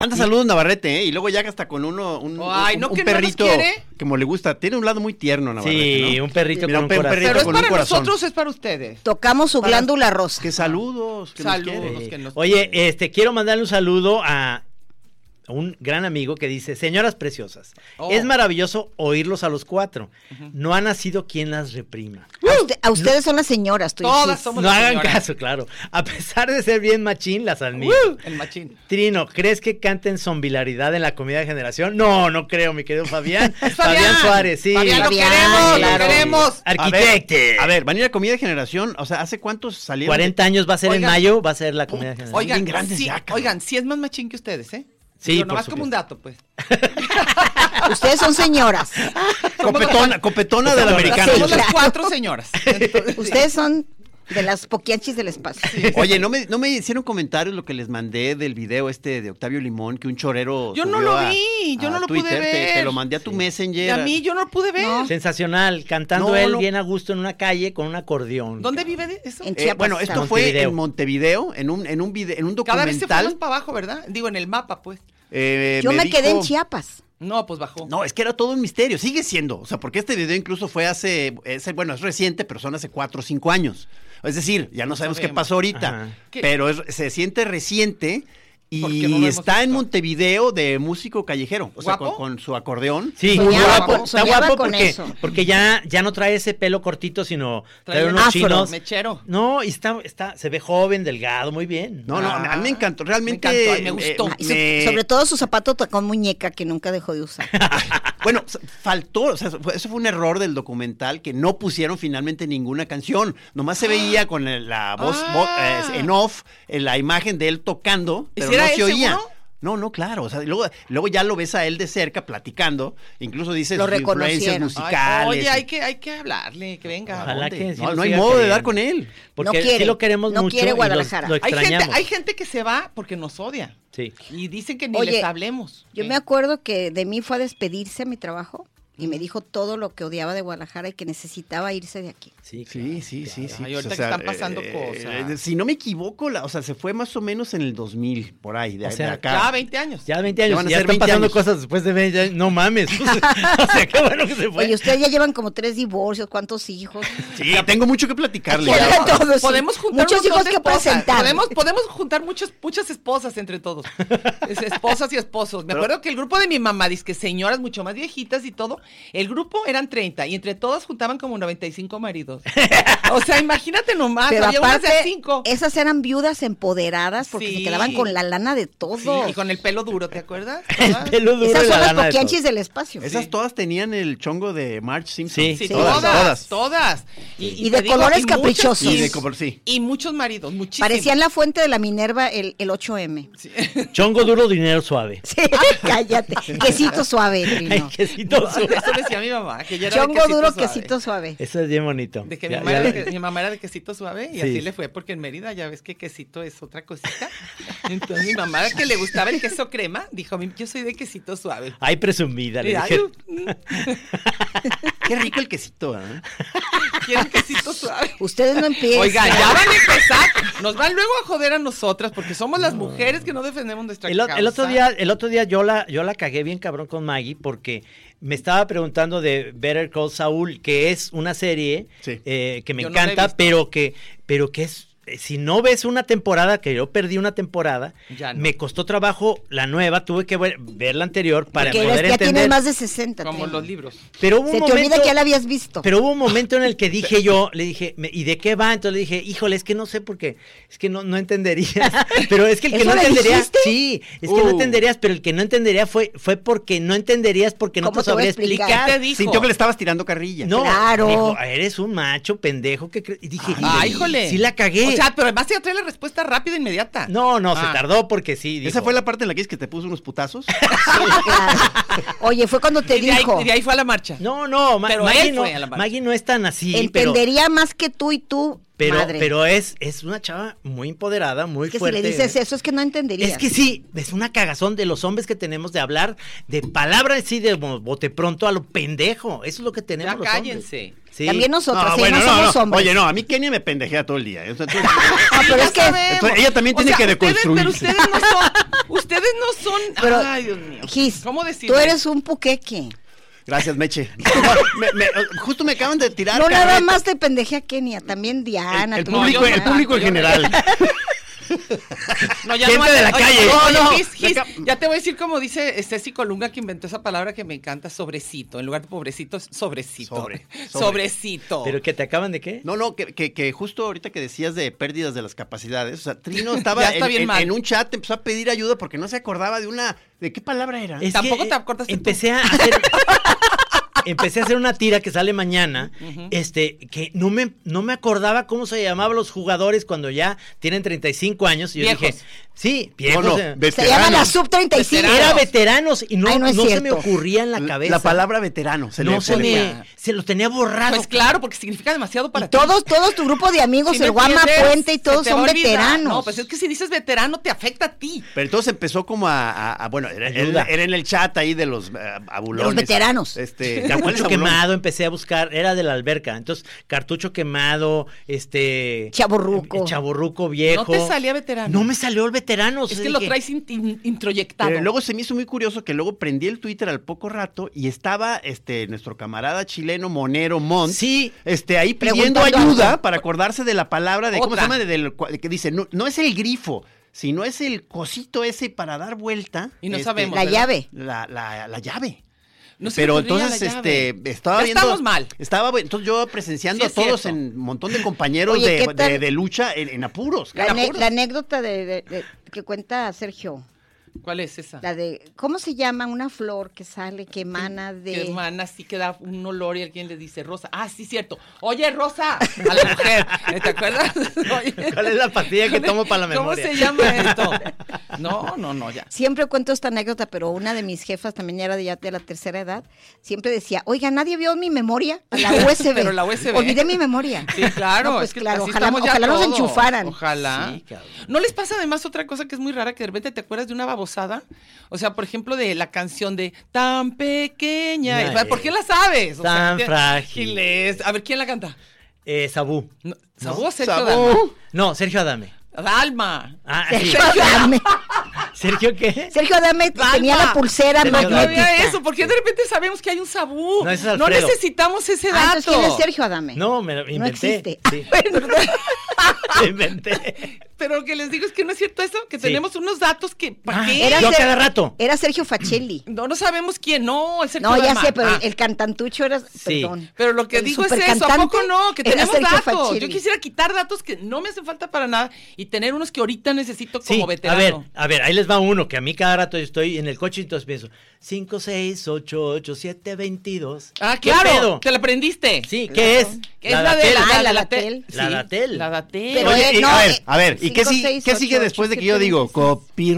C: Manda saludos Navarrete, ¿eh? Y luego ya hasta con uno, un,
E: Ay,
C: un-
E: ¿no
C: un
E: que no nos
C: perrito
E: quiere?
C: como le gusta. Tiene un lado muy tierno Navarrete,
D: Sí,
C: ¿no?
D: un perrito
C: Mira,
D: con un corazón.
C: perrito
E: Pero es
C: con un
E: para
C: corazón.
E: nosotros, es para ustedes.
F: Tocamos su glándula rosa.
C: Que saludos, que nos quiere.
E: Saludos, que nos
D: Eh, Oye, este, quiero mandarle un saludo a un gran amigo que dice, señoras preciosas,
E: Oh.
D: es maravilloso oírlos a los cuatro. No ha nacido quien las reprima.
C: ¡Uh!
F: A, usted- a ustedes son las señoras, tú
E: Todas
F: insistes.
E: somos-
D: No
E: las
D: hagan
E: señoras.
D: caso, claro. A pesar de ser bien machín, las admiro.
E: el machín.
D: Trino, ¿crees que canten zombilaridad en la comida de generación? No, no creo, mi querido Fabián. Fabián, Suárez, sí.
E: Fabián, lo
F: Fabián,
E: queremos,
F: claro.
E: lo queremos.
C: A ver,
D: Arquitecto.
C: A ver, van a ir a comida de generación. O sea, ¿hace cuántos salieron?
D: 40 años va a ser en
E: Oigan.
D: mayo, va a ser la comida de generación.
E: Oigan,
C: bien grandes
E: sí,
C: ya, cabrón.
E: oigan, sí es más machín que ustedes, ¿eh?
D: Sí, por
E: Digo, nomás
D: supuesto.
E: como un dato, pues.
F: Ustedes son señoras.
C: Copetona, copetona del
D: Copetona.
C: americano.
E: Somos las
F: claro.
E: cuatro señoras. Entonces,
F: Ustedes son de las poquianchis del espacio.
C: Oye, ¿no me, no me hicieron comentarios lo que les mandé del video este de Octavio Limón, que un chorero.
E: Yo no
C: subió
E: lo
C: a-
E: vi, yo
C: a
E: no lo pude
C: Twitter, te- Te,
E: ver.
C: lo mandé a tu
E: y
C: messenger.
E: a mí yo no pude ver.
D: Sensacional, cantando
C: No,
D: él
C: no.
D: bien a gusto en una calle con un acordeón.
E: ¿Dónde vive de- eso?
F: En
C: Eh,
F: Chiapas
C: bueno,
F: está.
C: esto fue
D: Montevideo.
C: en Montevideo, en un, en un vide- en un
E: Cada vez se fue más
C: documental.
E: para abajo, ¿verdad? Digo, en el mapa, pues.
C: eh,
F: Yo me, quedé en
C: dijo-
F: Chiapas.
E: No, pues bajó.
C: No, es que era todo un misterio, sigue siendo. O sea, porque este video incluso fue hace, es- bueno, es reciente, pero son hace cuatro o cinco años. Es decir, ya no sabemos qué
E: sabemos.
C: pasó ahorita,
D: Ajá.
E: ¿Qué?
C: pero es- se siente reciente
E: Porque
C: y
E: no lo hemos
C: está en
E: visto.
C: Montevideo de músico callejero, o sea, con,
E: ¿Guapo?
C: con su acordeón.
D: Sí,
F: Soñaba
D: guapo,
F: con-
D: está
F: soñaba
D: guapo
F: con
D: porque,
F: eso.
D: porque ya, ya no trae ese pelo cortito, sino trae,
E: Trae
D: unos
F: afro,
D: chinos.
E: mechero.
D: No, y está, está, se ve joven, delgado, muy bien.
C: No, no, a mí me encantó, realmente.
E: Me encantó, me
C: eh,
E: gustó.
F: Y so-
C: me-
F: Sobre todo su zapato tocó muñeca que nunca dejó de usar.
C: Bueno, s- faltó, o sea, fue- eso fue un error del documental que no pusieron finalmente ninguna canción. Nomás se veía con el- la voz
E: Ah.
C: vo- eh, en off, eh, la imagen de él tocando,
E: ¿Y
C: pero
E: si
C: no
E: era
C: se
E: él
C: oía.
E: seguro?
C: No, no, claro. O sea, y luego, luego ya lo ves a él de cerca platicando. Incluso dices
F: Lo
C: sus influencias
F: reconocieron.
E: Ay,
C: musicales.
E: oye, hay que, hay que hablarle, que venga.
D: Ojalá que sí
C: No,
D: lo
C: no hay
D: siga
C: modo de dar
D: queriendo.
C: con él.
D: Porque
F: No quiere,
D: sí lo queremos
F: no
D: mucho.
F: quiere
D: y los-
F: Guadalajara.
D: lo
E: Hay gente,
D: extrañamos.
E: hay gente que se va porque nos odia.
D: Sí.
E: Y dicen que ni
F: Oye,
E: les hablemos.
F: Yo
E: ¿eh?
F: me acuerdo que de mí fue a despedirse a mi trabajo y me dijo todo lo que odiaba de Guadalajara y que necesitaba irse de aquí.
D: Sí,
C: Sí, sí, sí, sí.
E: Ay, ahorita que están pasando cosas.
C: eh, Si no me equivoco, la- o sea, se fue más o menos en el 2000, por ahí, de,
D: O
C: de
D: sea,
C: acá.
E: Ya 20 años.
D: Ya 20
C: Ya
D: años,
C: van a
D: ya,
C: ser
D: están
C: 20
D: pasando
C: años.
D: cosas después de 20 años. No mames. o sea, qué bueno que se fue.
F: Oye, ustedes ya llevan como tres divorcios, ¿cuántos hijos?
C: Sí, tengo mucho que platicarle.
F: Oye,
C: Ya.
F: todos, sí.
E: Podemos juntar
F: Muchos
E: un montón
F: hijos
E: de
F: que
E: esposas.
F: presentar.
E: Podemos, podemos juntar muchas, muchas esposas entre todos. Es- esposas y esposos. Me
C: Pero-
E: acuerdo que el grupo de mi mamá, dice que señoras mucho más viejitas y todo, el grupo eran 30 y entre todas juntaban como 95 maridos. O sea, imagínate nomás,
F: Pero
E: había Ah, unas de a
F: aparte,
E: cinco.
F: esas eran viudas empoderadas porque
E: Sí.
F: se quedaban con la lana de todo.
E: Sí, y con el pelo duro, ¿te acuerdas?
D: El
E: Todas.
D: pelo duro
F: Esas
D: y la
F: son las
D: lana de todo.
F: poquianchis del espacio.
C: Esas
F: Sí.
C: todas tenían el chongo de Marge Simpson.
D: Sí,
E: Sí,
C: todas,
E: todas,
C: todas.
E: todas. Y,
F: Y de
E: te
F: colores
E: muchas-
F: caprichosos.
C: Y de color- sí.
E: y muchos maridos, muchísimos.
F: Parecían la fuente de la Minerva, el, el 8M.
E: Sí.
D: Chongo duro, dinero suave.
F: Sí, cállate. Quesito suave,
D: Ay,
F: Trino.
D: quesito suave.
E: Eso decía mi mamá, que yo era de
F: Chongo duro,
E: suave.
F: quesito suave.
D: Eso es bien bonito.
E: De que
D: Ya-
E: mi, mamá
D: ya
E: era,
D: la-
E: de- mi mamá era de quesito suave y
D: Sí.
E: así le fue, porque en Mérida ya ves que quesito es otra cosita. Entonces mi mamá, que le gustaba el queso crema, dijo, "Mi- yo soy de quesito suave.
D: Ay, presumida, le
E: Y, ay,
D: dije.
E: mm,
C: Qué rico el quesito, ¿eh?
E: quiero quesito suave.
F: Ustedes no empiezan.
E: Oiga, ya van a empezar. Nos van luego a joder a nosotras porque somos las mujeres que no defendemos nuestra
D: El, o- el
E: causa.
D: otro día, el otro día yo la, yo la cagué bien cabrón con Maggie porque me estaba preguntando de Better Call Saul, que es una serie
C: Sí.
D: eh, que me
E: Yo no la he
D: encanta,
E: visto.
D: pero que, pero que es eh, si no ves una temporada, que yo perdí una temporada,
E: Ya no.
D: me costó trabajo la nueva, tuve que ver, ver la anterior para
F: Porque
D: poder
F: ya tienes
D: entender.
F: más de 60.
E: Como
F: Trino.
E: los libros.
D: Pero hubo
F: Se
D: un
F: te olvida
D: momento-
F: que ya la habías visto.
D: Pero hubo un momento en el que dije yo, le dije, me- ¿y de qué va? Entonces le dije, híjole, es que no sé por qué, es que no, no entenderías. Pero es que el que
F: ¿Eso
D: no
F: le
D: entenderías,
F: dijiste?
D: sí, es que no
C: Uh.
D: entenderías, pero el que no entendería fue, fue porque no entenderías porque no
F: ¿Cómo
D: te
F: te voy a
D: sabría
F: explicar?
D: explicar.
E: ¿Qué te dijo?
C: Sintió que le estabas tirando carrilla.
D: No,
F: Claro.
D: dijo, eres un macho pendejo que cre-". y dije,
E: Ah, híjole.
D: sí la cagué.
E: O sea, pero además ya trae la respuesta rápida e inmediata.
D: no, no,
E: Ah.
D: se tardó porque sí.
C: ¿Esa
D: dijo,
C: fue la parte en la que es que te puso unos putazos?
F: Claro. Oye, fue cuando te
E: Y de, ahí,
F: dijo.
E: y de ahí fue a la marcha.
D: No, no, Ma-
E: Pero
D: Maggie
E: él
D: no,
E: fue a la marcha.
D: Maggie no es tan así, pero
F: Entendería más que tú y tú,
D: pero,
F: madre.
D: pero es, es una chava muy empoderada, muy
F: es que si
D: fuerte.
F: le dices eso es que no entenderías.
D: Es que sí, es una cagazón de los hombres que tenemos de hablar de palabras así de bo- bote pronto a lo pendejo. Eso es lo que tenemos
E: Ya
D: los
E: cállense.
D: hombres. Sí.
F: También nosotros,
C: No,
F: ¿eh? no somos hombres.
C: Oye, no, a mí Kenia me pendejea todo el día. ¿eh? O sea, tú-
F: Ah, pero
E: ya
F: es que
E: sabemos.
C: Entonces, ella también
E: O
C: tiene
E: sea,
C: que
E: ustedes-
C: deconstruirse.
E: pero ustedes no son, ustedes ustedes no son.
F: Pero,
E: Ay, Dios mío.
F: Gis,
E: ¿Cómo
F: tú
E: decirlo?
F: eres un puqueque.
C: Gracias, Meche. Me- me- justo me acaban de tirar.
F: No nada
C: carreta.
F: más te pendejé a Kenia, también Diana.
C: El
F: tu
C: público,
F: mamá.
C: el público en general.
E: No, ya
C: Gente
E: no,
C: de la
E: oye,
C: calle.
E: oye,
C: No, no,
E: Gis, Gis,
C: la ca-
E: ya te voy a decir como dice Ceci Colunga que inventó esa palabra que me encanta, sobrecito. En lugar de pobrecito, es sobrecito.
C: Sobre, sobre.
E: Sobrecito.
D: ¿Pero que te acaban de qué?
C: No, no, que, que- que justo ahorita que decías de pérdidas de las capacidades, o sea, Trino estaba
E: Ya está
C: en,
E: bien
C: en-
E: mal.
C: en un chat, empezó a pedir ayuda porque no se acordaba de una, ¿de qué palabra era?
D: Es
E: Tampoco
D: que,
E: te
D: eh,
E: acordaste tú.
D: Empecé a hacer. Empecé a hacer una tira que sale mañana, este, que no me, no me acordaba cómo se llamaban los jugadores cuando ya tienen 35 años. Y yo
E: Viejos.
D: dije, sí,
C: no,
D: viejos.
C: no,
D: eh,
C: veteranos.
F: Se llama la sub-35.
D: era veteranos y no,
F: Ay, no es
D: no se
F: cierto.
D: me ocurría en la cabeza.
C: La palabra veterano, se le-
D: no
C: se
D: se
C: le-
D: me, se lo tenía borrado.
E: Pues claro, porque significa demasiado para
F: Y
E: ti.
F: todos, todos tu grupo de amigos,
E: Si no
F: el Guama
E: entiendes,
F: Puente y
E: se
F: todos
E: te va
F: son
E: a olvidar.
F: veteranos.
E: No, pues es que si dices veterano te afecta a ti.
C: Pero entonces empezó como a, a- a- bueno, era,
D: Ayuda.
C: era- era en el chat ahí de los eh, abulones.
F: Los veteranos.
C: Este, ¿cuál es
D: Cartucho
C: abulón?
D: quemado, empecé a buscar, era de la alberca. Entonces, cartucho quemado, este.
F: Chavorruco.
D: eh, Chavorruco viejo.
E: No te salía veterano.
D: No me salió el veterano. o
E: Es
D: sea,
E: que lo
D: dije,
E: traes in- in- introyectado.
C: Pero Eh, luego se me hizo muy curioso que luego prendí el Twitter al poco rato y estaba este nuestro camarada chileno Monero Mont
D: Sí.
C: este ahí pidiendo
F: Preguntando.
C: ayuda para acordarse de la palabra de cómo se
E: Otra.
C: llama de, del cua- que dice no, no es el grifo sino es el cosito ese para dar vuelta
E: Y no
C: este,
E: sabemos,
F: La
E: ¿verdad?
F: llave.
C: la, la- la llave
E: No se
C: pero
E: le ocurría
C: entonces
E: la llave.
C: este estaba
E: Ya
C: viendo
E: estamos mal.
C: estaba entonces yo presenciando
E: Sí,
C: a
E: es
C: todos
E: cierto.
C: en un montón de compañeros
F: Oye,
C: de,
F: ¿qué tal?
C: de- de lucha en, en apuros
F: La,
C: cara,
F: ane-
C: apuros.
F: la anécdota de, de- de- que cuenta Sergio,
E: ¿Cuál es esa?
F: la de, ¿cómo se llama una flor que sale, que emana de...
E: Que hermana sí que da un olor y alguien le dice Rosa. Ah, sí, cierto. Oye, Rosa, a la mujer. ¿Te acuerdas? Oye.
D: ¿Cuál es la pastilla que tomo para la
E: ¿Cómo
D: memoria?
E: se llama esto? No, no, no, ya.
F: Siempre cuento esta anécdota, pero una de mis jefas también ya era de, ya de la tercera edad. Siempre decía, oiga, nadie vio mi memoria, la USB.
E: Pero la USB.
F: Olvidé mi memoria.
E: Sí, claro.
F: No, pues
E: es que
F: claro,
E: así
F: ojalá,
E: estamos ya
F: ojalá nos
E: todos.
F: enchufaran.
E: Ojalá.
D: Sí, cabrón.
E: ¿No les pasa además otra cosa que es muy rara, que de repente te acuerdas de una babosada? O sea, por ejemplo, de la canción de Tan pequeña.
D: Ya
E: O sea,
D: es.
E: ¿Por qué la sabes? O sea,
D: Tan
E: ¿qué-
D: frágil.
E: quién es? A ver, ¿quién la canta?
D: Eh, Sabú.
E: No, ¿Sabú o Sergio
C: Sabú.
D: No, Sergio Adame.
E: Dalma? Dalma.
D: Ah, sí.
F: Sergio Adame,
D: ¿Sergio qué?
F: Sergio Adame
E: Dalma.
F: tenía la pulsera
D: Sergio
E: No
F: magnética.
E: había eso, pues, porque de repente sabemos que hay un sabú.
D: No, ese es
E: No,
D: Alfredo.
E: necesitamos ese
F: Ah, entonces,
E: dato.
F: ¿quién es Sergio Adame?
D: No, me lo inventé.
F: No existe.
D: Sí,
E: Ah,
F: Perdón.
D: lo inventé.
E: Pero lo que les digo es que no es cierto eso, que tenemos unos datos que ¿para
D: Ah,
E: qué?
D: era- Yo cada rato.
F: Era Sergio Facelli.
E: No, no sabemos quién, no, es Mm. Sergio
F: No, ya
E: Dalma.
F: sé, pero
E: Ah.
F: el cantantucho era. Perdón.
E: Pero lo que
F: El
E: digo es eso, ¿a
F: supercantante
E: poco no? Que
F: era
E: tenemos
F: Sergio
E: datos.
F: Facelli.
E: Yo quisiera quitar datos que no me hacen falta para nada y tener unos que ahorita necesito
D: Sí,
E: como
D: a
E: veterano.
D: ver, a ver, ahí les va uno, que a mí cada rato yo estoy en el coche y entonces pienso, 5, 6, 8, 8, 7, 22.
E: Ah,
D: ¿Qué
E: claro,
D: pedo?
E: te la aprendiste.
D: Sí, ¿qué es?
E: Es la, de
D: Datel.
E: la,
F: Ah, la
E: Datel.
F: Datel.
D: La
E: Sí,
D: Datel.
E: La Datel.
F: Pero
C: Oye,
F: eh,
C: y-
F: no,
C: a ver,
F: eh,
C: a ver, ¿y qué,
F: cinco,
C: si-
F: seis,
C: qué
F: ocho,
C: sigue
F: ocho,
C: después de que
F: siete,
C: yo digo
F: seis?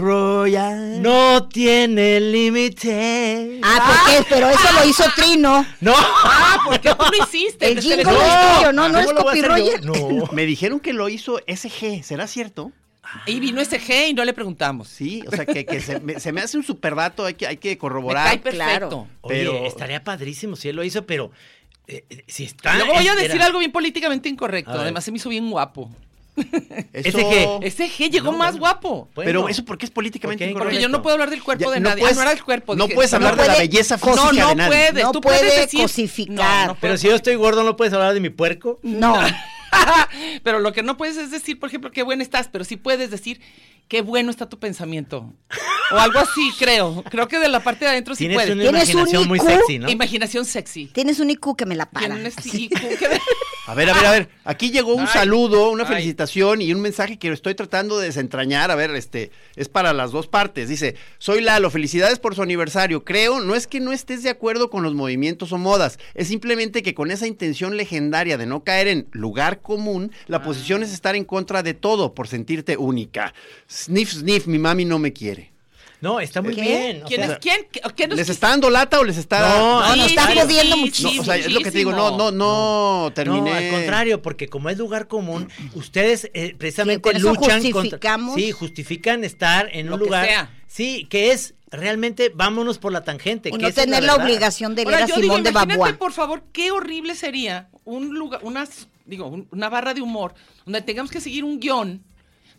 C: copyroyal?
D: No tiene límite.
F: Ah, ¿por qué? Pero eso lo hizo Trino.
D: No.
E: Ah, ¿por qué tú lo hiciste?
F: El
E: Te
F: jingle
E: telecom-
F: es tuyo, no, no es
D: ¿Cómo lo voy a hacer yo?
F: copyright.
D: No.
C: Me dijeron que lo hizo SG, ¿será cierto?
E: Y vino ese G y no le preguntamos.
C: Sí, o sea, que, que se, me, se me hace un superdato, hay que, hay que
E: Me
C: corroborar.
E: cae
F: Claro.
E: perfecto.
C: Pero-
D: Oye, estaría padrísimo si él lo hizo, pero eh, eh, si está.
C: Ah,
E: Luego voy a
D: espera.
E: decir algo bien políticamente incorrecto.
D: A ver.
E: Además, se me hizo bien guapo.
C: Eso-
D: SG.
E: Ese G llegó
D: No,
E: más
D: bueno.
E: guapo.
D: Bueno.
C: Pero eso porque es políticamente
D: Ok,
C: incorrecto.
E: Porque yo no puedo hablar del cuerpo
C: Ya,
E: de
C: no
E: nadie. Ah,
C: puedes-
E: no era el cuerpo.
C: no
E: dije,
C: puedes hablar de la belleza física
E: no, no
C: de nadie.
E: puedes.
F: No
E: tú puedes
F: puede
E: decir-
F: cosificar.
E: No, no
D: Pero
E: puedes.
D: si yo estoy gordo, ¿no puedes hablar de mi puerco?
F: No.
E: Pero lo que no puedes es decir, por ejemplo, qué bueno estás, pero sí puedes decir qué bueno está tu pensamiento. O algo así, creo. Creo que de la parte de adentro sí
D: Tienes
E: puedes.
D: una
F: Tienes un
D: imaginación muy
F: IQ.
D: sexy, ¿no?
E: Imaginación sexy.
F: Tienes un IQ que me la para.
E: Tienes
F: Así.
E: IQ que-
C: A ver, a ver, a ver. Aquí llegó un
E: Ay.
C: saludo, una
E: Ay.
C: felicitación y un mensaje que estoy tratando de desentrañar. A ver, este, es para las dos partes. Dice, soy Lalo, felicidades por su aniversario. Creo, no es que no estés de acuerdo con los movimientos o modas, es simplemente que con esa intención legendaria de no caer en lugar común, la posición es estar en contra de todo por sentirte única. Sniff, sniff, mi mami no me quiere.
D: No, está muy
F: ¿Qué?
D: bien. o
E: ¿Quién
D: sea,
E: es quién? ¿Qué- qué nos
C: ¿Les
E: quis-
C: está dando lata o les está...
D: No,
F: No, nos
E: Sí,
F: está
E: sí,
F: jodiendo
E: sí,
C: No,
F: muchísimo.
C: o sea, es lo que te digo, no, no, no, terminé.
D: No, al contrario, porque como es lugar común, ustedes eh, precisamente
F: Sí, con eso
D: luchan
F: justificamos.
D: contra. Sí, justifican estar en
E: Lo
D: un
E: que
D: lugar.
E: sea.
D: Sí, que es realmente vámonos por la tangente.
F: Y
D: que
F: no
D: esa es
F: tener la
D: verdad.
F: obligación de leer
E: Ahora,
F: a
E: yo digo,
F: Simón de
E: imagínate,
F: Babuá.
E: por favor, qué horrible sería un lugar, unas, digo, un- una barra de humor donde tengamos que seguir un guión,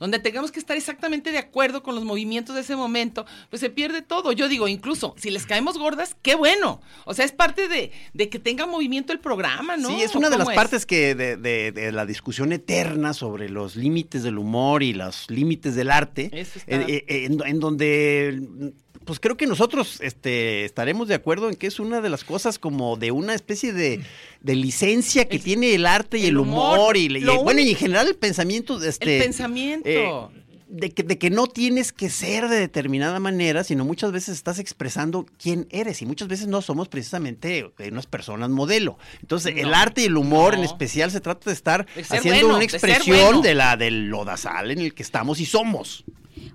E: donde tengamos que estar exactamente de acuerdo con los movimientos de ese momento, pues se pierde todo. Yo digo, incluso si les caemos gordas, qué bueno. O sea, es parte de, de que tenga movimiento el programa, ¿no?
C: Sí, es una de
E: ¿Cómo
C: las partes que de, de- de la discusión eterna sobre los límites del humor y los límites del arte,
E: Eso está.
C: eh, eh, en, en donde, mm, pues creo que nosotros este, estaremos de acuerdo en que es una de las cosas como de una especie de, de licencia que tiene el arte y el,
E: el
C: humor,
E: humor.
C: y, le- y,
E: Lo
C: bueno, y en
E: único-
C: general el pensamiento, de este,
E: El pensamiento.
C: eh, de que, de que no tienes que ser de determinada manera, sino muchas veces estás expresando quién eres y muchas veces no somos precisamente eh, unas personas modelo. Entonces, el
E: No,
C: arte y el humor en
E: no.
C: especial se trata de estar
E: De ser
C: haciendo
E: bueno,
C: una
E: de ser
C: expresión de,
E: bueno.
C: la del lodazal en el que estamos y somos.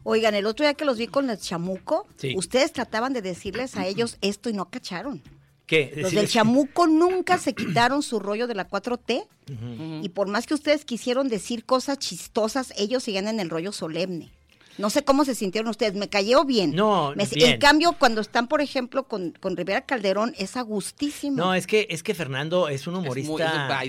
F: Oigan, el otro día que los vi con el chamuco,
D: Sí.
F: ustedes trataban de decirles a ellos esto y no cacharon.
D: ¿Qué?
F: Los
D: Sí,
F: del
D: sí.
F: chamuco nunca se quitaron su rollo de la 4T y por más que ustedes quisieron decir cosas chistosas, ellos siguen en el rollo solemne. No sé cómo se sintieron ustedes, me cayó bien.
D: No,
F: Me- En
D: bien.
F: cambio, cuando están, por ejemplo, con, con Rivera Calderón, es a gustísimo.
D: No, es que, es que Fernando es un humorista
E: es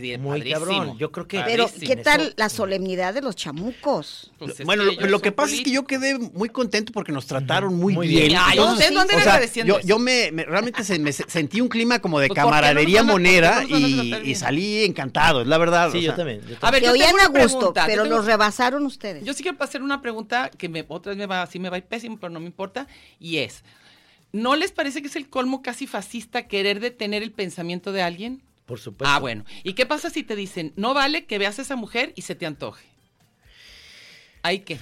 D: muy,
E: muy-
D: cabrón.
E: padrísimo.
D: Yo creo que.
F: Pero,
E: padrísimo.
F: ¿qué tal
D: Eso-
F: la solemnidad de los chamucos?
E: Pues es
C: bueno,
E: que
C: lo,
E: ellos
C: lo que
E: son
C: pasa es que yo quedé muy contento porque nos trataron muy,
D: Muy
C: bien.
D: bien.
E: Ay,
C: Entonces,
E: ¿ustedes no andan
C: o sea,
E: agradeciendo
C: yo,
E: eso?
C: yo me, me- realmente se- me se- sentí un clima como de
E: Pues, ¿por qué no nos
C: camaradería
E: van a- por qué
C: monera
E: no nos van a
C: y,
E: tratar bien?
C: y salí encantado, es la verdad.
D: Sí,
C: o
D: yo
C: sea.
D: también. yo
E: A ver,
F: Que
E: yo
F: oían
E: tengo
F: a
E: una
F: gusto,
E: pregunta, yo
F: pero
E: tengo-
F: los rebasaron ustedes.
E: Yo sí quiero hacer una pregunta que me, otra vez me va, sí me va a ir pésimo, pero no me importa, y es, ¿no les parece que es el colmo casi fascista querer detener el pensamiento de alguien?
D: Por
F: Pues
D: supuesto.
E: ah, bueno. ¿Y qué pasa si te dicen, no vale que veas a esa mujer y se te antoje? ¿Ahí qué?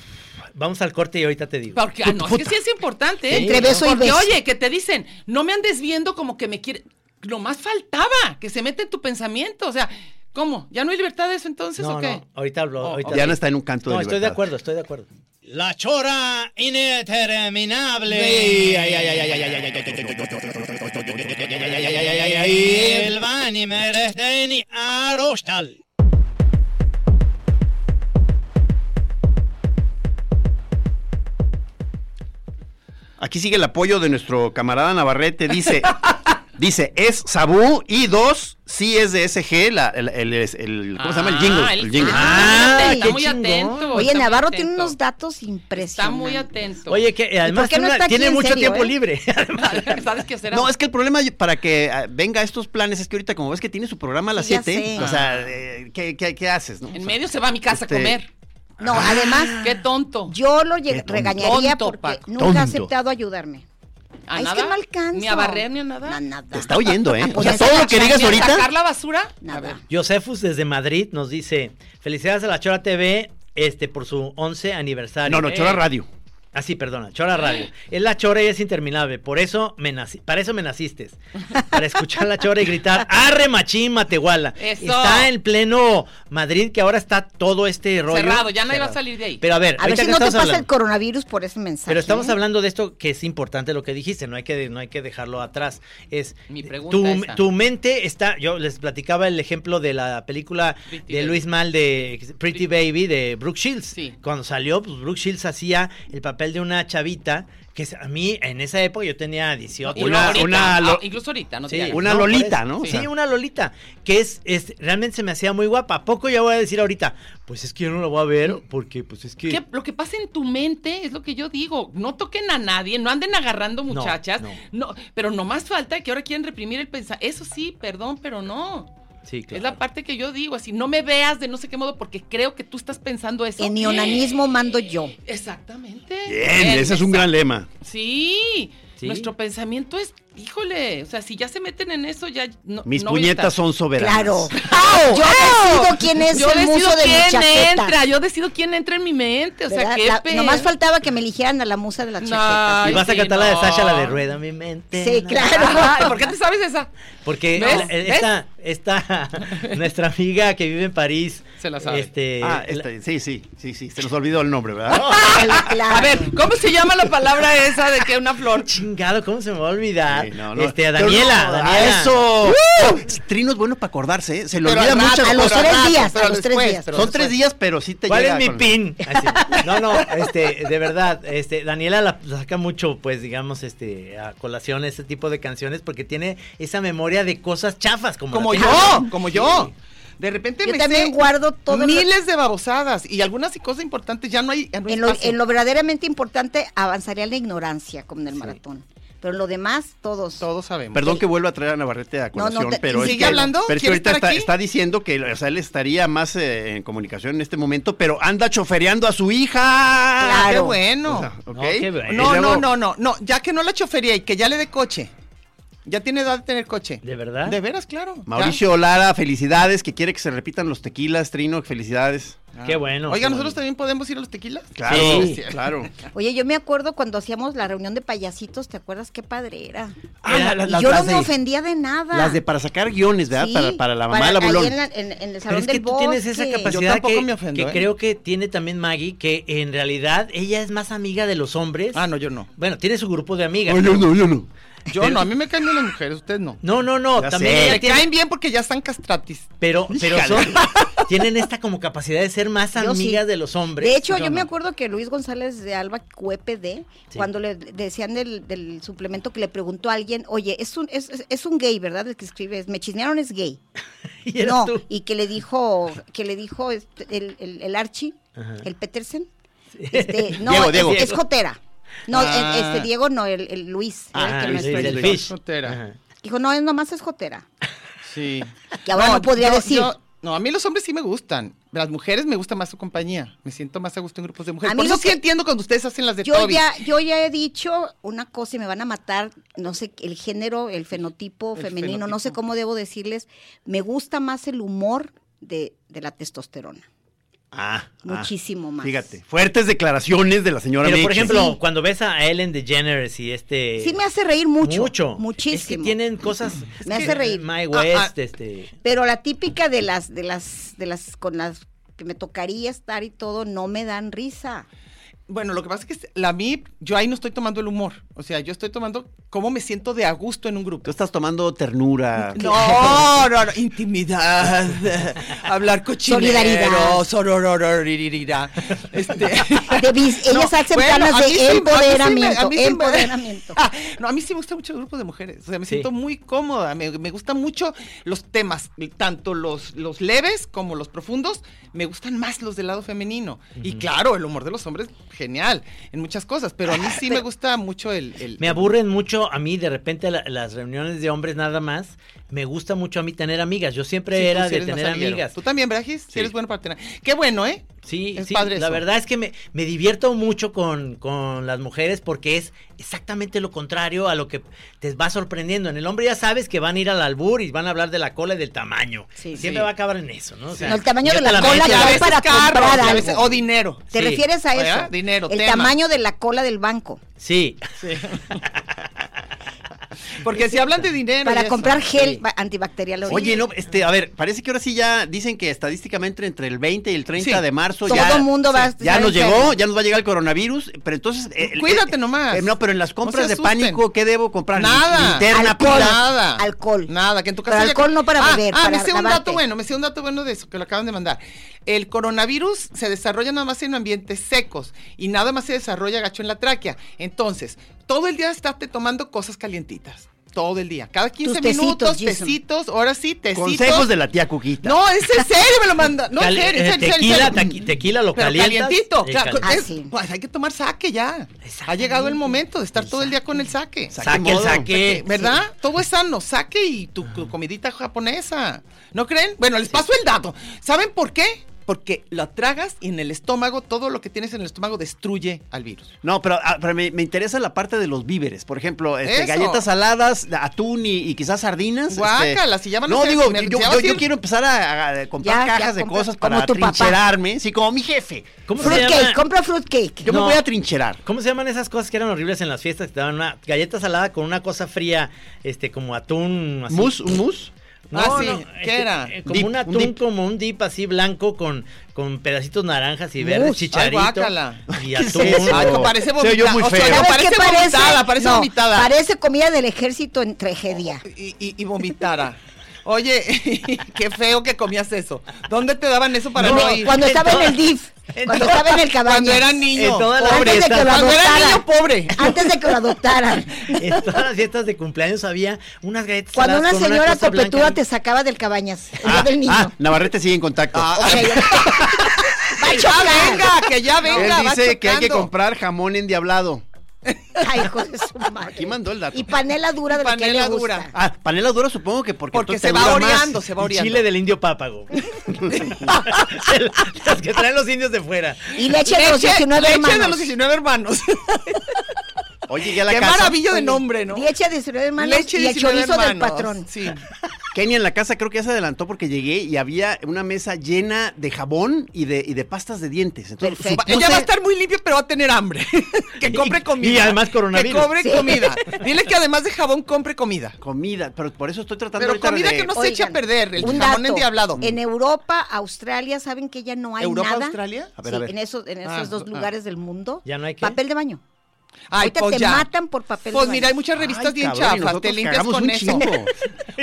D: Vamos al corte y ahorita te digo.
E: Porque, ah, no, es que sí es importante, ¿eh?
F: Entre beso y
E: Porque,
F: beso.
E: oye, que te dicen, no me andes viendo como que me quiere... Lo más faltaba, que se mete en tu pensamiento, o sea... ¿Cómo? ¿Ya no hay libertad de eso entonces
D: No,
E: o qué?
D: no, ahorita hablo.
E: Oh,
D: ahorita
E: oh.
C: Diana está en un canto
D: No,
C: de
D: estoy de
C: libertad.
D: acuerdo, estoy de acuerdo.
G: La chora indeterminable. El Vanimer es en Arostal.
C: Aquí sigue el apoyo de nuestro camarada Navarrete. Dice, dice, es Sabú y dos, sí es de SG, la- el, el- el- ¿cómo se llama? El
E: Ah,
C: jingle.
E: el-
C: el jingle.
E: Ah,
D: Ah,
E: está
D: qué
E: muy
D: chingón.
E: atento.
F: Oye,
E: está muy
F: Navarro
E: atento.
F: tiene unos datos impresionantes.
E: Está muy atento.
D: Oye, que eh, además
F: por qué
D: tiene,
F: no
D: una-
F: está aquí
D: tiene
F: en
D: mucho
F: serio,
D: tiempo
F: eh?
D: libre.
E: ¿Sabes qué hacer?
C: No, es que el problema yo- para que ah, venga a estos planes es que ahorita, como ves que tiene su programa a las
F: Sí, ya
C: 7,
F: sé.
C: o sea, eh, ¿qué, qué, qué haces? No? O
E: En
C: sea,
E: medio se va a mi casa
C: este-
E: a comer.
F: No, además,
E: Qué tonto.
F: yo lo lleg-
C: tonto.
F: regañaría
E: Ah. Tonto,
F: porque
E: Paco.
F: nunca
C: Tonto.
F: ha aceptado ayudarme.
E: ¿A
F: Ay,
E: nada?
F: Es que no alcanzo.
E: Ni a barrer ni a nada.
F: No, nada.
C: Te está oyendo, ¿eh? O
F: pues
C: sea,
F: es
C: todo
F: que
C: lo que
F: la
C: digas
E: ¿Ni a
C: ahorita.
E: sacar la basura?
F: Nada.
E: A ver.
D: Josefus desde Madrid nos dice: Felicidades a la Chora TV este, por su 11 aniversario.
C: No, no, chora
D: Eh,
C: radio.
D: Ah, sí, perdona, Chora Radio. Es la Chora y es interminable. Por eso me naci- para eso me naciste. Para escuchar la Chora y gritar, ¡Arre machín, Matehuala!
E: Eso.
D: Está en pleno Madrid, que ahora está todo este rollo.
E: Cerrado, ya nadie va a
D: cerrado.
E: salir de ahí.
D: Pero a ver,
F: A ver
D: ahorita
F: si
D: que
F: no te
D: estamos
F: pasa el
D: hablando-
F: coronavirus por ese mensaje.
D: pero estamos
F: ¿eh?
D: hablando de esto que es importante lo que dijiste, no hay que, no hay que dejarlo atrás. Es
E: Mi pregunta
D: tu,
E: esa.
D: tu mente está, yo les platicaba el ejemplo de la película
E: Pretty
D: de
E: Baby.
D: Luis Mal de Pretty
E: Pretty-
D: Baby de Brooke Shields.
E: Sí.
D: Cuando salió, pues Brooke Shields hacía el papel de una chavita que a mí en esa época yo tenía 18.
E: Y no
C: Una-
E: ahorita,
C: una lo-
E: ah, incluso ahorita, no
D: Sí,
E: te hagas.
C: una
D: no, por
C: lolita,
D: eso.
C: ¿no? O
D: Sí,
C: sea.
D: una lolita, que es, es- realmente se me hacía muy guapa. ¿A poco ya voy a decir ahorita? Pues es que yo no la voy a ver porque pues es que...
E: ¿Qué- lo que pasa en tu mente es lo que yo digo. No toquen a nadie, no anden agarrando
D: No,
E: muchachas.
D: no.
E: No, pero nomás falta que ahora quieren reprimir el pensamiento. Eso sí, perdón, pero no.
D: Sí,
E: Es
D: claro.
E: la parte que yo digo, así, no me veas de no sé qué modo porque creo que tú estás pensando eso.
F: En mi onanismo mando yo.
E: Exactamente.
C: Bien, ese es un gran lema.
E: Sí,
D: Sí.
E: nuestro pensamiento es, híjole, o sea, si ya se meten en eso, ya no.
C: Mis
E: no voy a
C: puñetas
E: estar.
C: son soberanas.
F: Claro.
C: ¡Oh!
F: Yo decido quién es
E: Yo
F: el
E: decido
F: muso de mi
E: quién
F: chaqueta.
E: entra, yo decido quién entra en mi mente, o sea,
F: ¿Verdad?
E: qué
F: La-
E: pe-
F: nomás faltaba que me eligieran a la musa de la
E: No.
F: chaqueta.
D: Y
E: Ay,
D: vas a
E: sí,
D: cantar la de
E: no.
D: Sasha, la de Rueda mi mente.
F: Sí,
D: na,
F: claro.
E: Ay, ¿Por qué te sabes esa?
D: Porque
E: ¿Ves?
D: la-
E: ¿Ves?
D: esta, esta, nuestra amiga que vive en París.
E: Se la sabe.
D: Este,
C: Ah,
D: la-
C: este, sí, sí, sí, sí, se nos olvidó el nombre, ¿verdad?
F: Claro.
E: A ver, ¿cómo se llama la palabra esa de que una flor?
D: Chingado, ¿cómo se me va a olvidar?
C: Sí, no, no.
D: Este, a
C: Pero
D: Daniela,
C: no, a
D: Daniela.
C: eso. Trino es bueno para acordarse, ¿eh? se le
B: Pero
C: olvida
B: al rato,
C: mucho.
F: a los tres días, a los tres días.
C: Son tres días, pero sí te
D: ¿Cuál
C: llega
D: es mi
C: con-
D: pin? Así. No, no, este, de verdad, este, Daniela la la saca mucho, pues, digamos, este, a colación este tipo de canciones porque tiene esa memoria de cosas chafas como
E: Como
D: la
E: yo,
D: tengo.
E: como yo. De repente
F: Yo
E: me
F: también
E: sé
F: guardo todo lo-
E: miles de babosadas y algunas y cosas importantes ya no hay, ya no hay
F: En lo,
E: espacio.
F: en lo verdaderamente importante avanzaría la ignorancia, como en el maratón. Pero en lo demás, todos.
E: Todos sabemos.
C: Perdón que vuelva a traer a Navarrete a colación,
F: te-
C: pero es
E: ¿sigue
C: que-
E: hablando?
C: Pero es que
E: ¿Quieres
C: ahorita
E: estar
C: está,
E: aquí?
C: está diciendo que o sea, él estaría más eh, en comunicación en este momento, pero anda chofereando a su hija.
E: Ah, qué
F: Claro.
E: bueno.
C: O sea, ¿ok?
D: No, qué bueno.
C: Y
E: No,
C: luego-
E: no, no, no, no, ya que no la chofería y que ya le dé coche. Ya tiene edad de tener coche.
D: ¿De verdad?
E: De veras, claro.
C: Mauricio Lara, felicidades, que quiere que se repitan los tequilas, Trino, felicidades.
E: Ya.
D: Qué bueno.
E: Oiga,
D: qué bueno.
E: ¿nosotros también podemos ir a los tequilas?
C: Claro,
D: Sí.
C: claro.
F: Oye, yo me acuerdo cuando hacíamos la reunión de payasitos, ¿te acuerdas qué padre era?
C: Ah, la- la-
F: Y
C: las-
F: yo no
C: las
F: me
C: de-
F: ofendía de nada.
C: Las de para sacar guiones, ¿verdad?
F: Sí,
C: para, para la mamá de la
F: ahí
C: bolón.
F: En, la- en- en el
D: Pero
F: salón
D: es
F: del
D: que tú tienes
F: bosque.
D: esa
E: Yo
D: capacidad
E: tampoco
D: que,
E: me ofendo,
D: que
E: ¿eh?
D: creo que tiene también Maggie, que en realidad ella es más amiga de los hombres.
E: Ah, no, yo no.
D: Bueno, tiene su grupo de amigas.
C: No,
D: pero-
C: no, no, no.
E: Yo
D: Pero-
E: no, a mí me caen bien las mujeres, ustedes no.
D: No, no, no,
C: Ya
D: también
C: sé.
D: ella
E: Me
D: tiene-
E: caen bien porque ya están castratis.
D: pero, pero
C: Híjale.
D: son- tienen esta como capacidad de ser más
F: Yo sí.
D: amigas de los hombres.
F: De hecho, yo,
D: no.
F: me acuerdo que Luis González de Alba Cuepe de,
D: Sí.
F: cuando le decían del, del suplemento que le preguntó a alguien, oye, es un, es, es- es un gay, ¿verdad? El que escribes, me chisnearon es gay.
D: Y eras
F: no,
D: tú.
F: y que le dijo, que le dijo este, el, el, el Archie,
D: Ajá.
F: el Petersen. Este, no,
C: Diego,
F: es-
C: Diego.
F: Es, Jotera. No,
E: Ah.
F: el- este Diego no, el, el Luis. era el
D: Ah,
F: que
D: Luis,
F: no es-
D: el del
E: Luis.
D: fish.
E: Soltera.
D: Ajá.
F: Dijo, no, él nomás es Jotera.
E: Sí.
F: Que ahora no podría decir.
E: no, a mí los hombres sí me gustan. Las mujeres me gusta más su compañía. Me siento más a gusto en grupos de mujeres.
F: A mí
E: Por eso
F: lo
E: sí
F: que-
E: entiendo cuando ustedes hacen las de
F: Yo
E: Toby.
F: ya, yo ya he dicho una cosa y me van a matar, no sé, el género, el fenotipo
E: El
F: femenino, no sé
E: fenotipo.
F: cómo debo decirles. Me gusta más el humor de, de la testosterona.
C: Ah, ah.
F: Muchísimo más.
C: Fíjate, fuertes declaraciones de la señora
D: Pero por
C: Meche.
D: ejemplo, cuando ves a Ellen DeGeneres y este
F: Sí me hace reír mucho.
D: Muchísimo.
F: Muchísimo.
D: Es que tienen cosas
F: Me
D: es
F: hace
D: que
F: reír.
D: My West,
E: Ah, ah.
D: este
F: Pero la típica de las, de las, de las, con las que me tocaría estar y todo, no me dan risa.
E: Bueno, lo que pasa es que la mí, yo ahí no estoy tomando el humor. O sea, yo estoy tomando cómo me siento de a gusto en un
C: Tú
E: grupo.
C: estás tomando ternura.
E: No, no, no, intimidad, hablar cochinero,
F: Solidaridad.
E: sororororirirá, este...
F: De bis- ellas hacen planas
E: a
F: de
E: mí sí- a mí sí me- a mí
F: empoderamiento,
E: sí me-
F: empoderamiento.
E: Ah, no, a mí sí me gusta mucho el grupo de mujeres, o sea, me
D: Sí.
E: siento muy cómoda, me, me gustan mucho los temas, tanto los, los leves como los profundos, me gustan más los del lado femenino. Y claro, el humor de los hombres, genial, en muchas cosas, pero a mí sí me gusta mucho el... el-
D: me aburren mucho a mí de repente la- las reuniones de hombres nada más. Me gusta mucho a mí tener amigas. Yo siempre
E: Sí, tú
D: era
E: sí
D: de
E: eres más
D: tener
E: amiguero.
D: amigas.
E: Tú también, ¿verdad, Gis? Sí. eres bueno para tener. Qué bueno, ¿eh?
D: Sí,
E: Es
D: sí,
E: padre
D: la
E: eso.
D: verdad es que me, me divierto mucho con, con las mujeres porque es exactamente lo contrario a lo que te va sorprendiendo. En el hombre ya sabes que van a ir al albur y van a hablar de la cola y del tamaño.
F: Sí,
D: Siempre
E: sí.
D: va a acabar en eso, ¿no? O sea,
F: No, el tamaño
D: ya
F: de
D: te
F: la cola
D: metes.
E: Y a
F: ya
E: veces
F: para
E: carros,
F: comprar
E: y a
F: algo.
E: veces- o dinero.
F: ¿Te
D: Sí.
F: refieres a eso?
E: ¿Verdad? Dinero,
F: El
E: tema.
F: tamaño de la cola del banco.
D: Sí,
E: Porque si hablan de dinero. y
F: Para
E: eso.
F: comprar
D: Sí.
F: gel ba- antibacterial. ahorita.
C: Oye, no, este, a ver, parece que ahora sí ya dicen que estadísticamente entre el 20 y el 30
E: Sí.
C: de marzo
F: Todo
C: ya,
F: mundo va a
C: ya
F: estar
C: nos
F: enfermo.
C: llegó, ya nos va a llegar el coronavirus, pero entonces eh, el-
E: Cuídate
C: eh,
E: nomás.
C: eh, no, pero en las
E: No
C: compras
E: se
C: de
E: asusten.
C: pánico ¿qué debo comprar?
E: Nada.
C: Linterna,
F: Alcohol.
C: pila.
E: Nada.
F: Alcohol.
E: Nada, que en tu casa.
F: Pero
E: ya-
F: alcohol no para
E: Ah,
F: beber,
E: Ah,
F: para
E: me sé un
F: lavarte.
E: dato bueno, me sé un dato bueno de eso que lo acaban de mandar. El coronavirus se desarrolla nada más en ambientes secos y nada más se desarrolla gacho en la tráquea. Entonces, todo el día estarte tomando cosas calientitas. Todo el día. Cada 15
F: Tus tecitos,
E: minutos,
F: Jason.
E: tecitos, ahora sí, tecitos.
C: Consejos de la tía Cuquita.
E: No, es en serio, me lo manda. No, en
D: Cal-
E: serio, en
D: eh,
E: serio, en serio, en
D: tequila,
E: serio.
D: taqui- tequila lo
E: Pero
D: calientas,
E: calientito.
D: eh,
E: claro,
D: calientas.
E: es-
F: Ah, sí.
E: pues, hay que tomar saque ya. Ha
D: Exactamente.
E: llegado el momento de estar todo el día con el saque.
C: Saque
D: Saque el
C: modo.
D: saque.
E: ¿Verdad? Todo es sano, saque y tu, tu comidita japonesa. ¿No creen? Bueno, les paso el dato. ¿Saben por qué? Porque lo tragas y en el estómago, todo lo que tienes en el estómago destruye al virus.
C: No, pero, ah, pero me, me interesa la parte de los víveres. Por ejemplo, este,
E: Eso.
C: galletas saladas, atún y, y quizás sardinas. este,
E: Guácala, si ya van a
C: No,
E: hacer-
C: digo,
E: me-
C: yo,
E: si ya
C: yo-
E: vas a
C: yo
E: ir-
C: quiero empezar a, a comprar
F: Ya, ya
C: cajas de
F: compra-
C: cosas
F: como
C: para
F: tu papá.
C: trincherarme. Sí, como mi jefe.
D: ¿Cómo se llama?
F: Fruitcake, compra fruitcake.
C: Yo
D: No.
C: me voy a trincherar.
D: ¿Cómo se llaman esas cosas que eran horribles en las fiestas? Que te daban una galleta salada con una cosa fría, este, como atún. Así.
C: ¿Mus? ¿Un mus?
D: No,
E: Ah, sí,
D: no,
E: ¿qué era?
D: eh, como
C: Dip,
D: un
C: un
D: atún,
C: dip.
D: como un dip así blanco con, con pedacitos naranjas y verdes,
E: Mousse. Ay,
D: chicharito.
E: guácala.
D: Y
C: ¿Qué es
D: atún.
C: eso?
E: Ay,
C: No.
E: no, parece
C: Se oyó
E: vomitada.
C: muy
E: O sea,
C: feo.
E: no,
F: ¿Sabes
E: parece
F: qué parece?
E: vomitada, parece
F: No,
E: vomitada.
F: Parece comida del ejército en tragedia.
E: Y, y, y vomitara. Oye, qué feo que comías eso. ¿Dónde te daban eso para no,
F: No,
E: ir?
F: cuando estaba en el DIF, cuando estaba en el cabañas.
E: Cuando era niño.
D: En todas las
E: Pobre.
F: Antes de que lo
E: Cuando era niño
F: adoptaran.
E: pobre.
F: Antes de que lo adoptaran.
D: En todas las fiestas de cumpleaños había unas galletas.
F: Cuando una
D: saladas con
F: señora
D: cosa blanca.
F: topetuda te sacaba del cabañas,
C: Ah,
F: no del niño.
C: ah, Navarrete sigue en contacto.
E: Ah,
F: Ok, Va a
E: Que ya
F: chocar.
E: Ah, venga, que ya
C: Él
E: venga. va
C: dice que hay que
E: chocando.
C: comprar jamón endiablado.
F: Ay, hijo de su madre.
C: Aquí mandó el dato.
F: Y panela dura de la que
E: Panela
F: le
E: dura.
F: gusta.
C: Ah, panela dura supongo que porque,
E: Porque
C: entonces te
E: se va
C: dura más.
E: oreando, se va
D: Y
E: oreando.
D: chile del indio pápago. Las que traen los indios de fuera.
F: Y leche de los
E: Leche-
F: 19
E: leche de los
F: hermanos.
E: 19 hermanos.
C: Oye, ya la
E: Qué
C: casa.
E: maravilla de nombre, ¿no?
F: Leche de 19 hermanos
E: Leche
F: y el
E: 19
F: chorizo del
E: hermanos,
F: patrón.
E: Sí.
C: Kenia en la casa creo que ya se adelantó porque llegué y había una mesa llena de jabón y de, y de pastas de dientes. Entonces,
F: Perfecto.
C: supuse-
E: Ella va a estar muy limpia, pero va a tener hambre. que compre
D: Y-
E: comida.
D: y además coronavirus.
E: Que compre
F: Sí.
E: comida. Dile que además de jabón compre comida.
C: comida, pero por eso estoy tratando
E: Pero
C: ahorita
E: comida
C: de-
E: que no se eche a
F: Oigan,
E: perder. El
F: un
E: jamón
F: dato.
E: endiablado.
F: En Europa, Australia, ¿saben que ya no hay
E: ¿Europa,
F: nada?
E: Australia?
C: A ver,
F: Sí,
C: a ver.
F: en esos, en esos
E: Ah,
F: dos
E: ah.
F: lugares del mundo.
D: ¿Ya no hay qué?
F: Papel de baño.
E: Ay,
F: Ahorita te matan por papel
E: Pues
F: de
E: mira, hay
F: baño.
E: muchas revistas
C: Ay,
E: bien
C: cabrón, y
E: chafas. Te
C: nosotros
E: limpias
C: cagamos
E: con
C: un
E: eso.
C: chingo.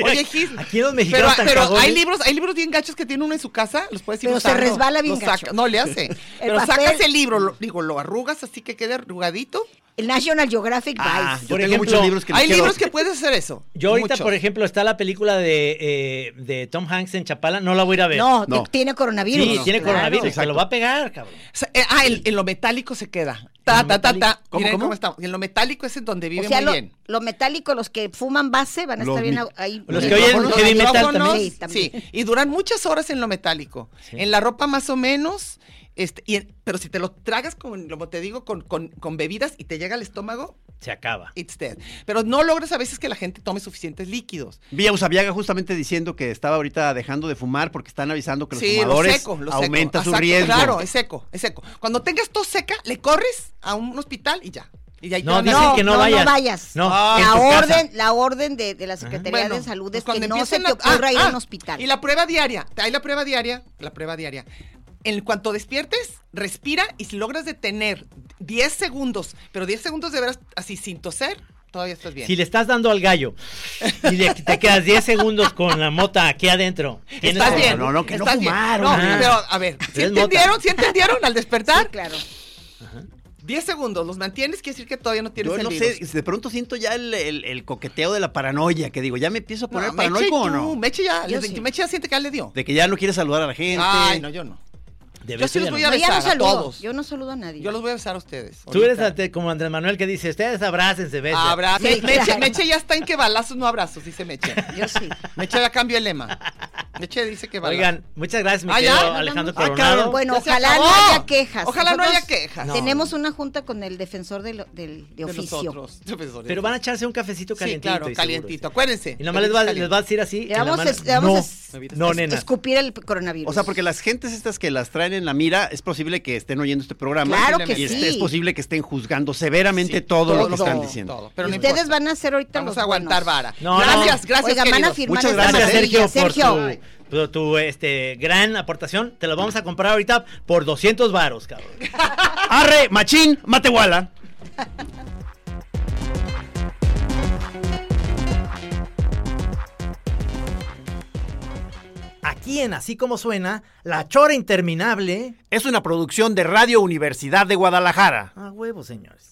E: Oye, Gis.
D: Aquí los
E: Pero,
D: mexicanos tan
E: pero
D: cagones.
E: hay libros, hay libros bien gachos que tiene uno en su casa, los puedes ir
F: Pero se
E: usando.
F: resbala bien
E: Los saca-
F: gacho.
E: No le hace. pero
F: papel-
E: sacas el libro, lo- digo, lo arrugas así que quede arrugadito.
F: El National Geographic
C: Ah,
F: Vice.
C: yo
D: Por
C: tengo
D: ejemplo,
C: muchos libros que les
E: Hay
C: quiero-
E: libros que puedes hacer eso.
D: Yo ahorita,
E: Mucho.
D: por ejemplo, está la película de, eh, de Tom Hanks en Chapala. No la voy a ir a ver.
F: No,
C: No.
F: te- tiene coronavirus.
D: Sí, tiene
F: Claro.
D: coronavirus. Se lo va a pegar, cabrón.
E: O sea, eh, ah, el- en lo metálico se queda. Ta,
D: lo
E: ta, ta, ta.
D: metálico.
E: Miren cómo, estamos. En lo metálico es en donde vive
F: O sea,
E: muy
F: lo,
E: bien.
F: lo metálico, los que fuman base van a
C: Los
F: estar bien
C: mi-
F: au- ahí.
D: los
F: Sí.
D: que oyen
E: Los
D: heavy metal
E: micrófonos,
D: también.
F: Sí, también.
E: sí, y duran muchas horas en lo metálico. En la ropa más o menos, este, y en- pero si te lo tragas, con, como te digo, con, con- con bebidas y te llega al estómago,
D: Se acaba.
E: it's dead. Pero no logras a veces que la gente tome suficientes líquidos.
C: Vi a Usabiaga justamente diciendo que estaba ahorita dejando de fumar porque están avisando que los
E: Sí, lo
C: fumadores
E: seco, lo seco.
C: aumenta su
E: Exacto,
C: riesgo.
E: Claro, es seco, es seco. Cuando tengas tos seca, le corres a un hospital y ya. Y de ahí te
D: No,
E: van a-
D: dicen que no vayas.
F: No vayas.
D: No,
E: Ah.
D: en
F: la
D: tu casa.
F: orden, la orden de, de la Secretaría
E: Bueno,
F: de Salud
E: pues
F: es que no se
E: empiecen
F: te
E: a-
F: ocurra
E: ah,
F: ir a un
E: ah,
F: hospital.
E: Y la prueba diaria, hay la prueba diaria, la prueba diaria. En cuanto despiertes, respira y si logras detener 10 segundos, pero 10 segundos de veras así sin toser, todavía estás bien.
D: Si le estás dando al gallo y le- te quedas 10 segundos con la mota aquí adentro. tienes Ah,
E: Estás
D: que-
E: bien.
C: No, no, que no
E: estás bien.
C: fumar,
E: No,
D: hombre.
E: pero a ver, ¿sí
D: Es mota.
E: entendieron? ¿Sí entendieron al despertar?
F: Sí, claro.
E: 10 segundos, los mantienes, quiere decir que todavía no tienes
C: Yo
E: el
C: no
E: virus.
C: sé, de pronto siento ya el, el- el coqueteo de la paranoia, que digo, ya me empiezo a poner
E: No, Meche,
C: paranoico o
E: tú,
C: no.
E: Meche ya,
F: Yo
E: les-
F: sí.
E: Meche ya siente que ya le dio.
C: De que ya no quiere saludar a la gente.
E: Ay, no, yo no.
D: De
E: Yo sí
D: veras
E: los
D: ya no.
E: voy a
F: No, ya no
E: besar a
F: saludo.
E: todos.
F: Yo no saludo a nadie.
E: Yo los
D: Ah,
E: voy a besar a ustedes.
D: Tú eres
E: ahorita.
D: ante- como Andrés Manuel que dice, ustedes abrácense, ¿ves?
E: Habrá.
F: Sí,
E: Me- Meche,
F: claro.
E: Meche ya está en que balazos no abrazos, dice Meche.
F: Yo sí.
E: Meche ya cambió el lema. Meche dice que balazos.
D: Oigan, muchas gracias, mi
E: Ah,
D: querido
E: ya. No, no,
D: Alejandro
E: no. Ah,
D: Coronado.
E: cabrón.
F: Bueno,
E: Ya se
F: ojalá no
E: acabó.
F: haya quejas.
E: Ojalá no
F: Nosotros
E: haya quejas. No.
F: Tenemos una junta con el defensor del, del- de
E: De
F: oficio.
E: nosotros, profesores.
D: Pero van a echarse un cafecito
E: Sí,
D: calientito.
E: claro,
D: y seguro,
E: calientito.
D: sí.
E: Acuérdense.
D: Y nada más les va,
E: Caliente.
D: les va a decir así.
F: Le
D: en la
F: vamos,
D: mano,
F: a, le vamos a
D: no,
F: es-
D: no,
F: es-
D: nena.
F: escupir el coronavirus.
C: O sea, porque las gentes estas que las traen en la mira, es posible que estén oyendo este programa.
F: Claro que
C: y este-
F: sí.
C: es posible que estén juzgando severamente todo, lo que
F: todo,
C: están diciendo.
E: todo, pero no
F: Ustedes
E: importa.
F: van a ser ahorita
E: Vamos
F: los
E: a aguantar
F: buenos.
E: vara.
D: No, no.
E: gracias, gracias.
F: Oigan, van a
E: queridos.
F: firmar
C: Muchas
F: esta
D: Gracias,
F: maravilla.
D: Sergio, por
F: Sergio.
D: tu, por tu, este, gran aportación. Te la vamos a comprar ahorita por 200 varos, cabrón.
C: Arre, machín, matehuala.
D: Aquí en Así Como Suena, La Chora Interminable.
C: Es una producción de Radio Universidad de Guadalajara.
D: A huevo, señores.